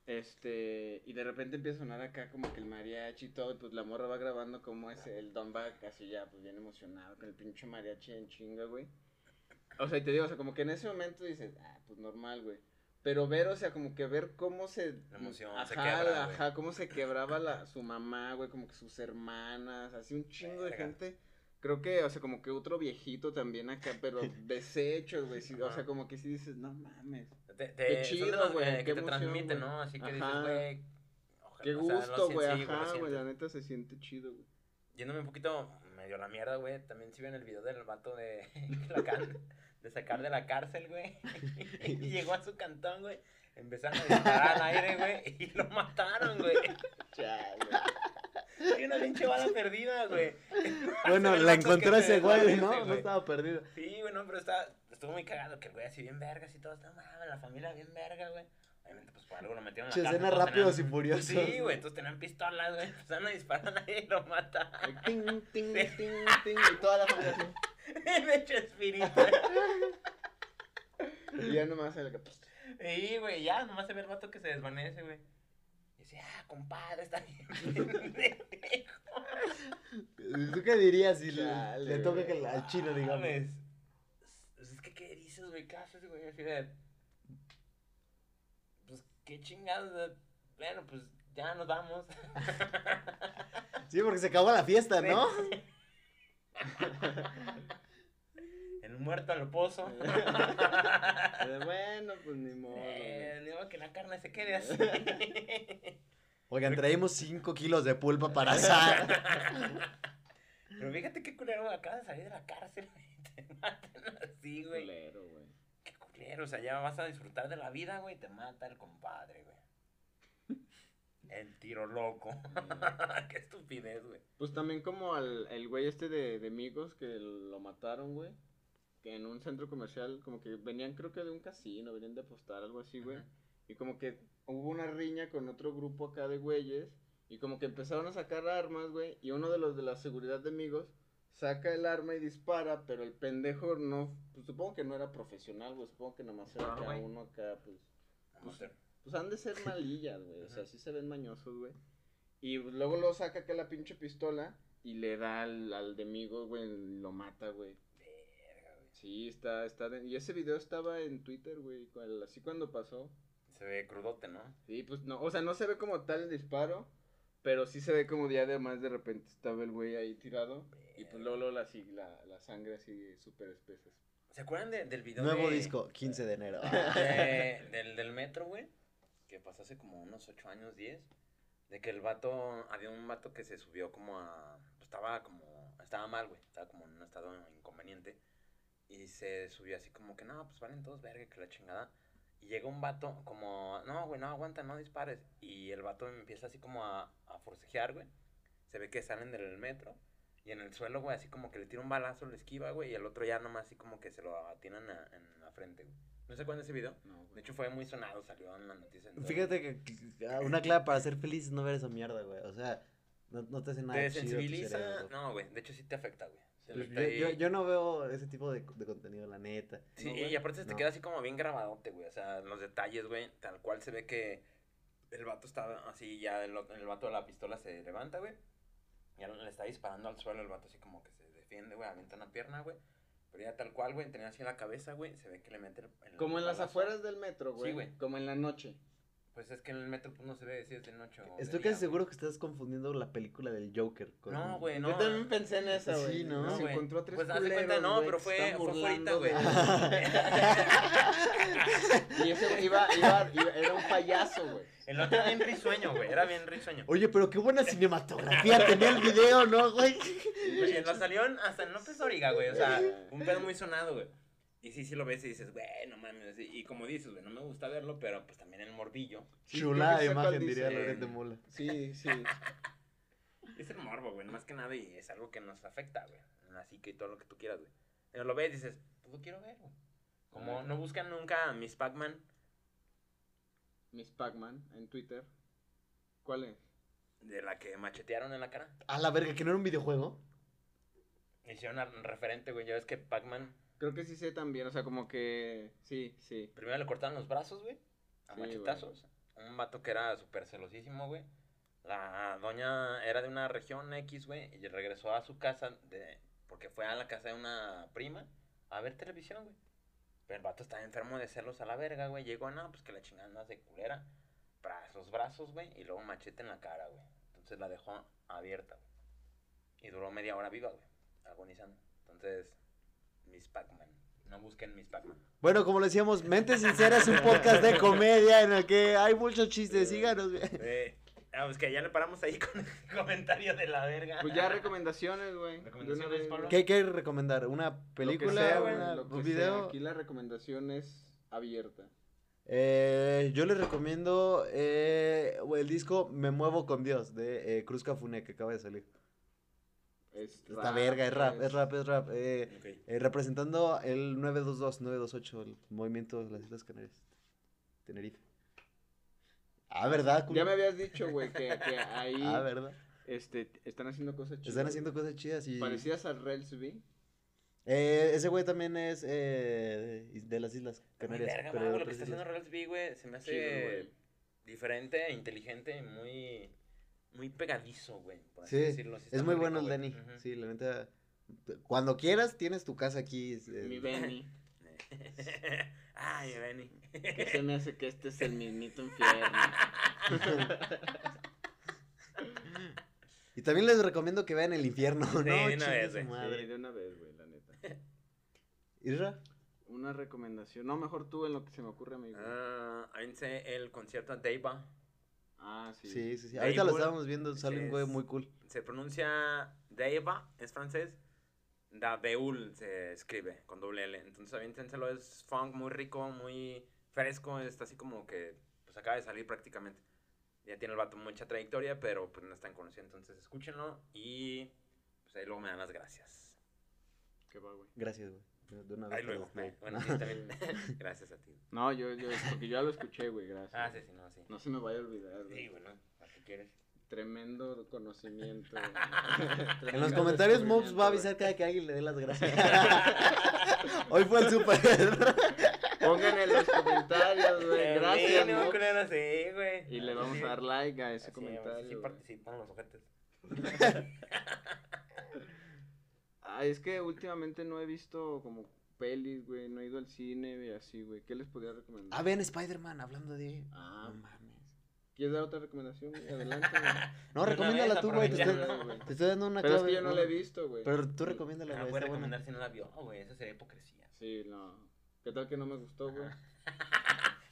S2: Este, y de repente empieza a sonar acá como que el mariachi y todo, y pues la morra va grabando como es el Don va así ya, pues bien emocionado, con el pinche mariachi en chinga, güey. O sea, y te digo, o sea, como que en ese momento dices, ah, pues normal, güey. Pero ver, o sea, como que ver cómo se...
S4: La emoción
S2: ajá,
S4: se quebra, güey.
S2: ajá, cómo se quebraba la, su mamá, güey, como que sus hermanas, así un chingo de
S4: Verga.
S2: gente. Creo que, o sea, como que otro viejito también acá, pero deshecho, güey. sí, o
S4: Ajá.
S2: sea, como que sí dices, no mames.
S4: Te,
S2: Qué
S4: te, son de
S2: chido,
S4: los
S2: güey, qué
S4: eh, que te
S2: emoción,
S4: transmiten,
S2: güey.
S4: ¿no? Así que
S2: Ajá.
S4: dices, güey. ojalá-
S2: Qué
S4: o sea, lo
S2: gusto, güey,
S4: sien- sí, lo
S2: ajá,
S4: sientes.
S2: güey, la neta se siente chido, güey.
S4: Yéndome un poquito medio a la mierda, güey. También si ven el video del vato de, que lo acaban de sacar de la cárcel, güey. Y llegó a su cantón, güey. Empezaron a disparar al aire, güey. Y lo mataron, güey.
S2: Chale.
S4: Hay una pinche bala perdida, güey.
S3: Bueno,
S4: Se ve
S3: la
S4: el vato
S3: encontró
S4: que se
S3: ese güey,
S4: desaparece,
S3: ¿no? No
S4: güey.
S3: estaba perdido.
S4: Sí, güey, no, pero está, estuvo muy cagado que el güey así bien vergas y todo. No mames, la familia bien verga, güey. Obviamente, pues por algo lo metieron a
S3: Che,
S4: la cárcel.
S3: escena
S4: todos
S3: rápidos
S4: tenían-
S3: y furiosos.
S4: Sí, güey, entonces tenían pistolas, güey. pues, Empezaron a disparar a y lo mataron.
S2: Ay, Ting, ting, ting, ting, y toda la familia así.
S4: De hecho, espíritu.
S2: Y ya nomás el que. pues,
S4: Sí, güey, ya, nomás se ve el vato que se desvanece, güey. Y dice, ah, compadre, está bien. pendejo".
S3: ¿Tú qué dirías si le,
S2: Chale,
S3: le toca
S2: güey.
S3: que la- al chino,
S4: No
S3: digamos?
S4: mames. Pues, Es, es que, ¿qué dices, güey? ¿Qué haces, güey? Así de. Pues, qué chingados. de- Bueno, pues ya nos vamos.
S3: Sí, porque se acabó la fiesta, ¿no?
S4: El muerto al pozo.
S2: Eh, Bueno, pues ni modo. güey.
S4: Eh, digo que la carne se quede así.
S3: Oigan, traímos 5 kilos de pulpa para asar.
S4: Pero fíjate qué culero, güey. Acabas de salir de la cárcel, güey. Te matan así, güey.
S2: Culero, güey.
S4: Qué culero, o sea, ya vas a disfrutar de la vida, güey, te mata el compadre, güey. El tiro loco.
S2: Mm.
S4: Qué estupidez, güey.
S2: Pues también como al el güey este de, de Migos que lo mataron, güey. Que en un centro comercial, como que venían, creo que de un casino, venían de apostar, algo así, güey.
S4: Ajá.
S2: Y como que hubo una riña con otro grupo acá de güeyes. Y como que empezaron a sacar armas, güey. Y uno de los de la seguridad de Migos saca el arma y dispara, pero el pendejo no. Pues supongo que no era profesional, güey. Supongo que nomás era
S4: Claro,
S2: acá
S4: Ah, güey.
S2: uno acá, pues.
S4: Vamos a ver.
S2: Pues han de ser malillas, güey. O sea,
S4: Ajá.
S2: sí se ven mañosos, güey. Y luego lo saca acá la pinche pistola y le da al, al de Migos, güey, lo mata, güey.
S4: Verga, güey.
S2: Sí, está, está. de- Y ese video estaba en Twitter, güey, cual- así cuando pasó.
S4: Se ve crudote, ¿no?
S2: Sí, pues no, o sea, no se ve como tal el disparo, pero sí se ve como ya además de repente estaba el güey ahí tirado. Y pues luego, luego la, si- la, la sangre así súper espesa.
S4: ¿Se acuerdan de- del video
S3: Nuevo
S4: de-
S3: disco, 15 de enero.
S4: de- del, del metro, güey? Que pasó hace como unos 8 años, 10. De que el vato, había un vato que se subió como a... pues, estaba como... Estaba mal, güey. Estaba como en un estado inconveniente. Y se subió así como que, no, pues valen todos verga, que la chingada. Y llega un vato como, no, güey, no aguanta, no dispares. Y el vato empieza así como a, a forcejear, güey. Se ve que salen del metro. Y en el suelo, güey, así como que le tira un balazo, le esquiva, güey. Y el otro ya nomás así como que se lo atinan a- en la frente, güey. No sé cuándo ese video.
S2: No,
S4: De hecho, fue muy sonado, salió en la noticia. en todo
S3: Fíjate que- que que una clave para ser feliz es no ver esa mierda, güey. O sea, no, no te hace nada
S4: Te
S3: chido tu
S4: sensibiliza.
S3: cerebro.
S4: No, güey, de hecho sí te afecta, güey. Te
S3: Pues
S4: afecta
S3: yo,
S4: y-
S3: yo- yo no veo ese tipo de, de contenido, la neta.
S4: Sí,
S3: No, güey.
S4: y aparte se te
S3: No.
S4: queda así como bien grabadote, güey. O sea, los detalles, güey. Tal cual se ve que el vato está así, ya el, ot- el vato de la pistola se levanta, güey. Ya le está disparando al suelo, el vato así como que se defiende, güey. Avienta una pierna, güey. Pero ya tal cual, güey, tenía así la cabeza, güey. Se ve que le mete el, el
S2: Como en las
S4: balazo.
S2: afueras del metro, güey.
S4: Sí, güey.
S2: Como en la noche.
S4: Pues es que en el metro pues, no se ve si es de noche o de
S3: Estoy
S4: día,
S3: casi seguro
S4: güey.
S3: que estás confundiendo la película del Joker con...
S4: No, güey, no.
S2: Yo también pensé en esa, güey.
S3: Sí, ¿no?
S2: Se
S4: güey.
S2: encontró a tres
S4: Pues haz de cuenta,
S2: culeros,
S4: no,
S2: güey,
S4: pero
S2: que
S4: fue-
S2: están
S4: fue
S2: burlando
S4: fuerita,
S2: de- Y ese güey iba, iba, iba- era un payaso, güey.
S4: El otro era bien risueño, güey. Era bien risueño.
S3: Oye, pero qué buena cinematografía tenía el video, ¿no, güey?
S4: Oye, lo salió Pues, en- hasta en López Origa, güey. O sea, un pedo muy sonado, güey. Y sí, sí lo ves y dices, güey, no mames. Y, y como dices, güey, no me gusta verlo, pero pues también el morbillo.
S2: Sí,
S3: Chulada
S2: creo
S3: de
S2: que sé cuál
S3: imagen, diría
S2: dice.
S3: Loret de Mola.
S2: Sí, sí.
S4: Es el morbo, güey, más que nada. Y es algo que nos afecta, güey. En la psique y todo lo que tú quieras, güey. Pero lo ves y dices, pues lo quiero ver, güey. Como no buscan nunca a Miss Pac-Man.
S2: Miss Pac-Man en Twitter. ¿Cuál es?
S4: De la que machetearon en la cara.
S3: A la verga, que no era un videojuego.
S4: Hicieron al referente, güey. Ya ves que Pac-Man
S2: Creo que sí sé también, o sea, como que. Sí, sí.
S4: primero le cortaron los brazos, güey. A
S2: Sí,
S4: machetazos. un vato que era súper celosísimo, güey. La doña era de una región X, güey, y regresó a su casa de, porque fue a la casa de una prima a ver televisión, güey. Pero el vato estaba enfermo de celos a la verga, güey. Llegó, no, pues que la chingada no hace culera. Brazos, brazos, güey, y luego un machete en la cara, güey. Entonces la dejó abierta, güey. Y duró media hora viva, güey, agonizando. Entonces, Miss Pac-Man. No busquen Miss Pac-Man.
S3: Bueno, como le decíamos, Mente Sincera es un podcast de comedia en el que hay muchos chistes, síganos.
S4: Eh, ah, pues que ya le paramos ahí con el comentario de la verga.
S2: Pues ya recomendaciones, güey. De una
S4: Recomendaciones,
S2: vez.
S4: Pablo.
S3: ¿Qué hay que recomendar?
S2: Lo
S3: ¿Una
S2: que
S3: película?
S2: sea, güey,
S3: una-
S2: lo que
S3: ¿Un
S2: sea.
S3: video?
S2: Aquí la recomendación es abierta.
S3: Eh, yo les recomiendo eh, el disco Me Muevo con Dios de eh, Cruz Cafuné que acaba de salir.
S2: Es
S3: Esta
S2: rap,
S3: verga, es rap,
S2: pues.
S3: es rap, es rap. eh,
S4: Ok.
S3: eh, representando el 922, 928, el movimiento de las Islas Canarias. Tenerife. Ah, ¿verdad? culo?
S2: Ya me habías dicho, güey, que, que ahí
S3: Ah, ¿verdad?
S2: este, están haciendo cosas chidas.
S3: Están haciendo
S2: güey.
S3: cosas chidas y...
S2: Parecidas al Rels B.
S3: Eh, ese güey también es eh, de- de las Islas
S4: Muy
S3: Canarias.
S4: verga,
S3: pero de
S4: va, güey, lo que
S3: otras
S4: está haciendo
S3: islas.
S4: Reels B, güey, se me hace
S2: Chido, güey.
S4: diferente, inteligente, y muy, muy pegadizo, güey, por así
S3: Sí,
S4: decirlo. Sí
S3: es
S4: está
S3: muy
S4: rico,
S3: bueno el
S4: güey.
S3: Denny.
S4: Ujú.
S3: Sí, la neta. Cuando quieras, tienes tu casa aquí. es, eh,
S2: Mi Benny.
S4: Ay, Benny.
S2: Que se me hace que este es el mismito infierno.
S3: Y también les recomiendo que vean El Infierno,
S4: Sí,
S3: ¿no?
S4: de una
S3: Chingue
S4: vez,
S3: su
S4: güey.
S2: Sí,
S3: madre.
S2: de una vez, güey, la neta.
S3: Isra,
S2: Una recomendación. No, mejor tú en lo que se me ocurre, amigo.
S4: Ah, Ahíense el concierto de Deiva.
S2: Ah, sí.
S3: sí, sí, sí. Ahorita lo
S4: Dable,
S3: estábamos viendo, sale un güey
S4: es-
S3: muy cool.
S4: Se pronuncia Deiva, es francés. Dabeul se escribe con doble L. Entonces, aviéntenselo, es funk muy rico, muy fresco. Está así como que pues acaba de salir prácticamente. Ya tiene el vato mucha trayectoria, pero pues no es tan conocido. Entonces, escúchenlo y pues ahí luego me dan las gracias.
S2: Qué va, güey.
S3: Gracias, güey. De- de una vez
S4: Ahí
S3: por
S4: luego.
S3: las-
S4: eh, Bueno, sí, también. gracias a ti.
S2: No, yo, yo, porque yo ya lo escuché, güey, gracias.
S4: Ah, sí, sí, no, sí.
S2: No se me vaya a olvidar, güey.
S4: Sí, bueno, ¿a qué quieres?
S2: Tremendo conocimiento.
S3: En los comentarios, Mobs va a avisar cada que alguien le dé las gracias. Hoy fue el super.
S2: Pongan en los comentarios, güey. Gracias,
S4: no,
S2: Mobs.
S4: culero, sí, güey.
S2: Y le vamos a dar like a ese
S4: Así,
S2: comentario.
S4: Sí,
S2: güey.
S4: participan los ojetes.
S2: Ay, Ah, es que últimamente no he visto como pelis, güey. No he ido al cine y así, güey. ¿Qué les podría recomendar?
S3: Ah, vean Spider-Man hablando de.
S2: Ah,
S3: No mames.
S2: ¿Quieres dar otra recomendación? güey? Adelante, güey.
S3: No,
S4: De una
S3: recomiéndala
S4: vez,
S3: tú, güey. Te
S2: Ya,
S4: Ya,
S3: estoy,
S4: aprovechando.
S2: güey.
S3: te estoy dando una
S2: Pero es
S3: clave,
S2: que yo no la he
S3: güey.
S2: visto, güey.
S3: Pero tú recomiéndala, güey.
S4: No Ah, voy a
S3: está buena.
S4: recomendar si no la vio, Oh, güey. Eso sería hipocresía.
S2: Sí, no. ¿Qué tal que no me gustó, güey?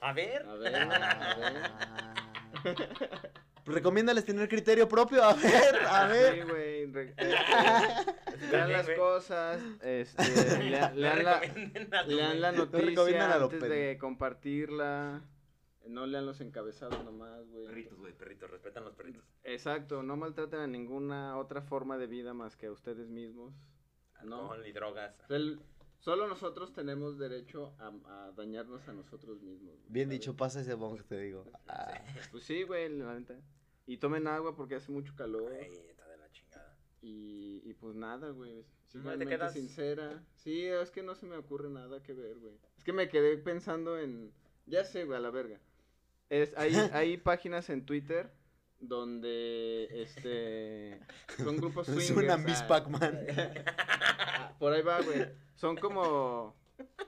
S4: A ver.
S2: A ver, a ver.
S3: Ah. Recomiéndales tener criterio propio. A ver, a
S2: Sí,
S3: ver.
S2: güey. re- Lean
S4: También,
S2: las
S4: güey.
S2: cosas, este, lea-
S4: No
S2: lean, la,
S4: recomienden a tu
S2: lean la
S3: No recomiendan
S2: noticia
S3: a lo
S2: antes
S3: pendejo.
S2: de compartirla. No lean los encabezados nomás, güey.
S4: Perritos, güey, perritos. Respetan los perritos.
S2: Exacto, no maltraten a ninguna otra forma de vida más que a ustedes mismos. Ah, No. Ah.
S4: Alcohol y drogas.
S2: O sea, el- solo nosotros tenemos derecho a, a dañarnos a nosotros mismos. güey,
S3: Bien
S2: ¿sabes?
S3: dicho, pasa ese bong, te digo. Ah.
S2: Pues sí, güey, la neta. Y tomen agua porque hace mucho calor.
S4: Ay, está de la chingada.
S2: Y, y pues nada, güey.
S4: Igual
S2: Simplemente
S4: te quedas-
S2: sincera. Sí, es que no se me ocurre nada que ver, güey. Es que me quedé pensando en. Ya sé, güey, a la verga. Es, hay, hay páginas en Twitter donde este son grupos swingers.
S3: Es una
S2: ah,
S3: Miss Pac-Man.
S2: ah, por ahí va, güey. Son como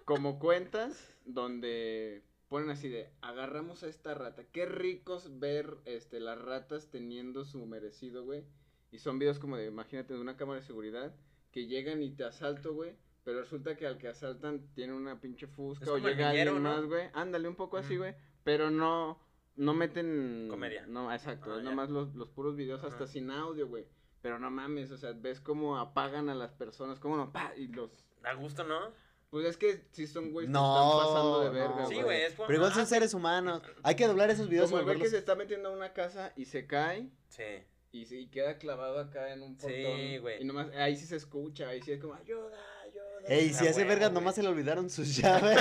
S2: como cuentas donde ponen así de agarramos a esta rata. Qué ricos ver este las ratas teniendo su merecido, güey. Y son videos como de, imagínate, de una cámara de seguridad que llegan y te asalto, güey. Pero resulta que al que asaltan tiene una pinche fusca
S4: Es
S2: o
S4: como el
S2: llega
S4: niñero,
S2: alguien
S4: ¿no?
S2: más, güey. Ándale un poco así,
S4: Ujú.
S2: güey. Pero no, no meten.
S4: Comedia.
S2: No, exacto.
S4: Ah,
S2: es
S4: ya.
S2: nomás los, los puros videos hasta
S4: Ajá.
S2: sin audio, güey. Pero no mames, o sea, ves cómo apagan a las personas, cómo no, pa, y los.
S4: Da gusto, ¿no?
S2: Pues es que sí son güeyes que
S3: No,
S2: están pasando de
S3: no,
S2: verga,
S4: Sí,
S2: güey.
S4: güey, es por-
S3: Pero igual
S4: ah,
S3: son seres humanos. Hay que doblar esos videos y
S2: Como el güey que
S3: volverlos.
S2: se está metiendo a una casa y se cae
S4: Sí.
S2: y, se, y queda clavado acá en un
S4: Sí,
S2: portón.
S4: güey.
S2: Y nomás, ahí sí se escucha, ahí sí es como, ayuda, ayuda.
S3: Ey,
S4: Ah,
S3: si hace
S4: güey,
S3: vergas,
S4: güey.
S3: nomás se le olvidaron sus llaves.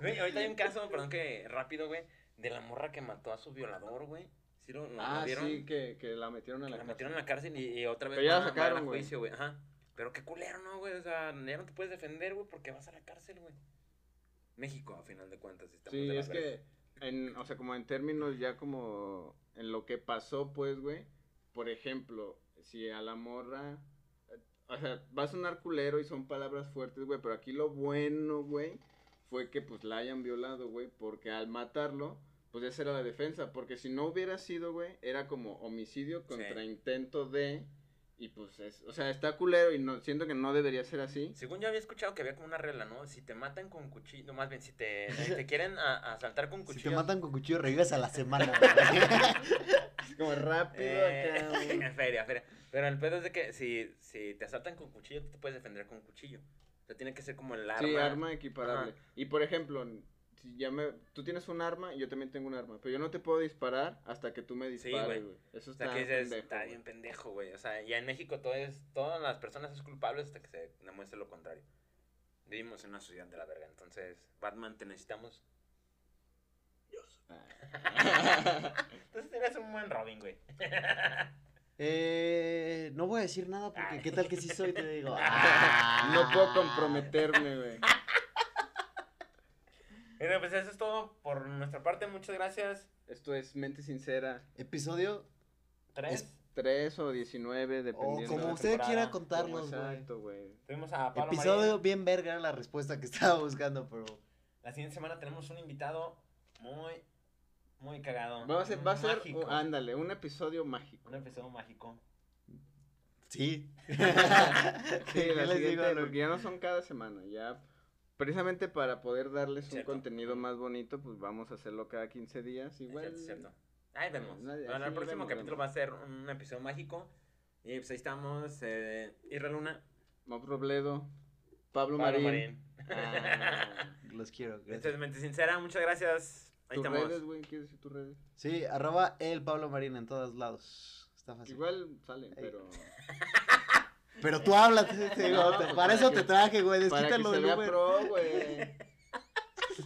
S4: Güey, ahorita hay un caso, perdón que rápido, güey, de la morra que mató a su violador, güey. ¿Sí lo, lo- lo
S2: Ah,
S4: vieron?
S2: sí, que, que la metieron a
S4: la
S2: la, casa.
S4: metieron en la cárcel y, y otra vez
S2: Pero ya la
S4: van a- van
S2: sacaron,
S4: a
S2: güey.
S4: juicio, güey. Ajá. Pero qué culero, ¿no, güey? O sea, ya no te puedes defender, güey, porque vas a la cárcel, güey. México, a final de cuentas, estamos
S2: Sí,
S4: de la
S2: es
S4: verga.
S2: que, en, o sea, como en términos ya como en lo que pasó, pues, güey. Por ejemplo, si a la morra, eh, o sea, va a sonar culero y son palabras fuertes, güey, pero aquí lo bueno, güey, fue que pues la hayan violado, güey, porque al matarlo, pues esa era la defensa, porque si no hubiera sido, güey, era como homicidio contra intento de, y pues es, o sea, está culero y no, siento que no debería ser así.
S4: Según yo había escuchado que había como una regla, ¿no? Si te matan con cuchillo, no, más bien, si te, si te quieren a- asaltar con
S3: Si
S4: cuchillo.
S3: te matan con cuchillo, revives a la semana. güey.
S2: Como rápido
S4: Eh,
S2: acá, güey.
S4: en feria, feria. Pero el pedo es de que si, si te asaltan con cuchillo, tú te puedes defender con cuchillo. O sea, tiene que ser como el arma.
S2: Sí, arma equiparable.
S4: Ajá.
S2: Y por ejemplo, si ya me, tú tienes un arma y yo también tengo un arma, pero yo no te puedo disparar hasta que tú me
S4: Sí,
S2: dispares,
S4: güey.
S2: güey. Eso
S4: O
S2: está
S4: sea, que dices,
S2: pendejo,
S4: está
S2: güey.
S4: bien pendejo, güey. O sea, ya en México todo es, todas las personas son culpables hasta que se demuestre lo contrario. Vivimos en una sociedad de la verga. Entonces, Batman, te necesitamos. Entonces, eres un buen Robin, güey.
S3: Eh, no voy a decir nada porque qué tal que sí soy, te digo. Ah.
S2: no
S4: Ah.
S2: puedo comprometerme, güey.
S4: Bueno, pues eso es todo por nuestra parte. Muchas gracias.
S2: Esto es mente sincera.
S3: Episodio,
S4: Tres.
S3: Es-
S2: 3 o 19,
S3: o
S2: dependiendo.
S3: como
S2: de-
S3: usted
S4: temporada.
S3: quiera
S2: Como
S3: contarlos, güey.
S2: Exacto, güey.
S4: Tuvimos a Pablo
S3: Episodio
S4: Marín.
S3: bien verga era la respuesta que estaba buscando, pero.
S4: La siguiente semana tenemos un invitado muy, muy cagado.
S2: Va a ser, va a ser
S4: Mágico.
S2: oh, ándale, un episodio mágico.
S4: Un episodio mágico.
S3: Sí.
S2: Sí,
S3: ¿Qué
S2: la
S3: les digo,
S2: siguiente,
S3: no?
S2: porque ya no son cada semana, ya precisamente para poder darles
S4: Cierto.
S2: un contenido más bonito, pues vamos a hacerlo cada 15 días,
S4: Es
S2: igual.
S4: cierto, es cierto. Ahí vemos.
S2: Nadie-
S4: Bueno,
S2: sí,
S4: el próximo
S2: vemos,
S4: capítulo
S2: vemos.
S4: va a ser un episodio mágico. Y pues ahí estamos. Eh, Irra Luna.
S2: Mob Robledo, Pablo,
S4: Pablo
S2: Marín.
S4: Marín.
S2: Ah,
S3: Los quiero. gracias.
S4: Esta es Mente Sincera. Muchas gracias. Ahí
S2: tus
S4: estamos.
S2: redes, güey, ¿quieres decir tus redes?
S3: Sí, arroba el Pablo Marín en todos lados. Está
S2: Ah,
S3: fácil.
S2: Igual salen, pero
S3: Pero tú hablas, te- te digo,
S2: No,
S3: te-
S2: pues,
S3: para
S2: para
S3: eso
S2: que-
S3: te traje, güey.
S2: para que
S3: Desquítalo
S2: se
S3: del
S2: vea
S3: Uber.
S2: pro, güey.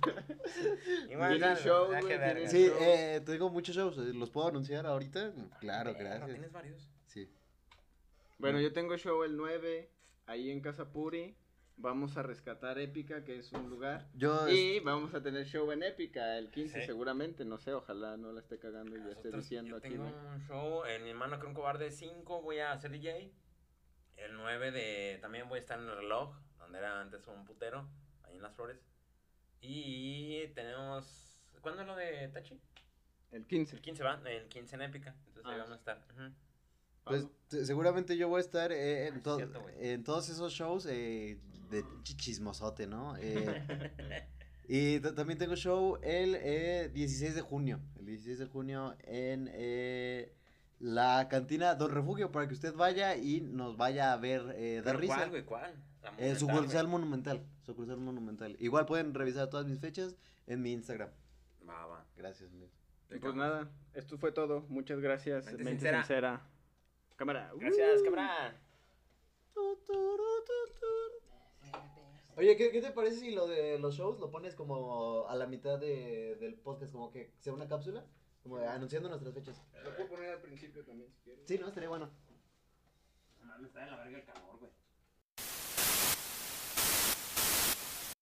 S4: Igual,
S2: Tienen
S4: dale,
S2: show,
S4: o sea,
S2: güey,
S4: que
S2: tienen
S4: verga.
S3: Sí,
S2: show.
S3: eh, te digo muchos shows. eh, ¿Los puedo anunciar ahorita? Claro,
S4: Perro,
S3: gracias.
S4: ¿Tienes varios?
S3: Sí.
S2: Bueno, yo tengo show el 9 ahí en Casa Puri. Vamos a rescatar Épica, que es un lugar.
S3: Yo.
S2: Y vamos a tener show en Épica el 15
S4: Sí.
S2: seguramente, no sé, ojalá no la esté cagando y ya esté
S4: Nosotros-
S2: diciendo
S4: yo
S2: aquí.
S4: tengo
S2: güey.
S4: un show en mi hermano que un cobarde 5 voy a ser DJ. El 9 de también voy a estar en el reloj, donde era antes un putero, ahí en las flores. Y tenemos ¿Cuándo es lo de Tachi?
S2: El 15.
S4: El 15 va, el 15 en Épica, entonces ahí
S2: Ah,
S4: vamos a estar. ujú.
S3: Pues
S2: Pablo.
S3: te- seguramente yo voy a estar eh, en,
S4: Ah,
S3: to-
S4: cierto, güey.
S3: en todos esos shows eh, de chi- chismosote, ¿no? Eh, y ta- también tengo show el eh, 16 de junio. El 16 de junio en eh, la cantina Don Refugio para que usted vaya y nos vaya a ver eh, dar
S4: Pero
S3: risa.
S4: ¿Cuál, güey? ¿Cuál? La
S3: Eh,
S4: monumental,
S3: sucursal monumental. Sucursal monumental. Igual pueden revisar todas mis fechas en mi Instagram.
S4: güey. Va, va.
S3: Gracias, Miguel.
S2: Y pues nada, esto fue todo. Muchas gracias.
S4: Mente
S2: Mente,
S4: sincera.
S2: sincera. Cámara.
S4: Gracias,
S2: Uh.
S4: cámara.
S3: Oye, ¿qué, qué te parece si lo de los shows lo pones como a la mitad de- del podcast, como que sea una cápsula? Como de anunciando nuestras fechas.
S2: Lo puedo poner al principio también si quieres.
S3: Sí, ¿no? Estaría bueno.
S4: Está de la verga el calor, güey.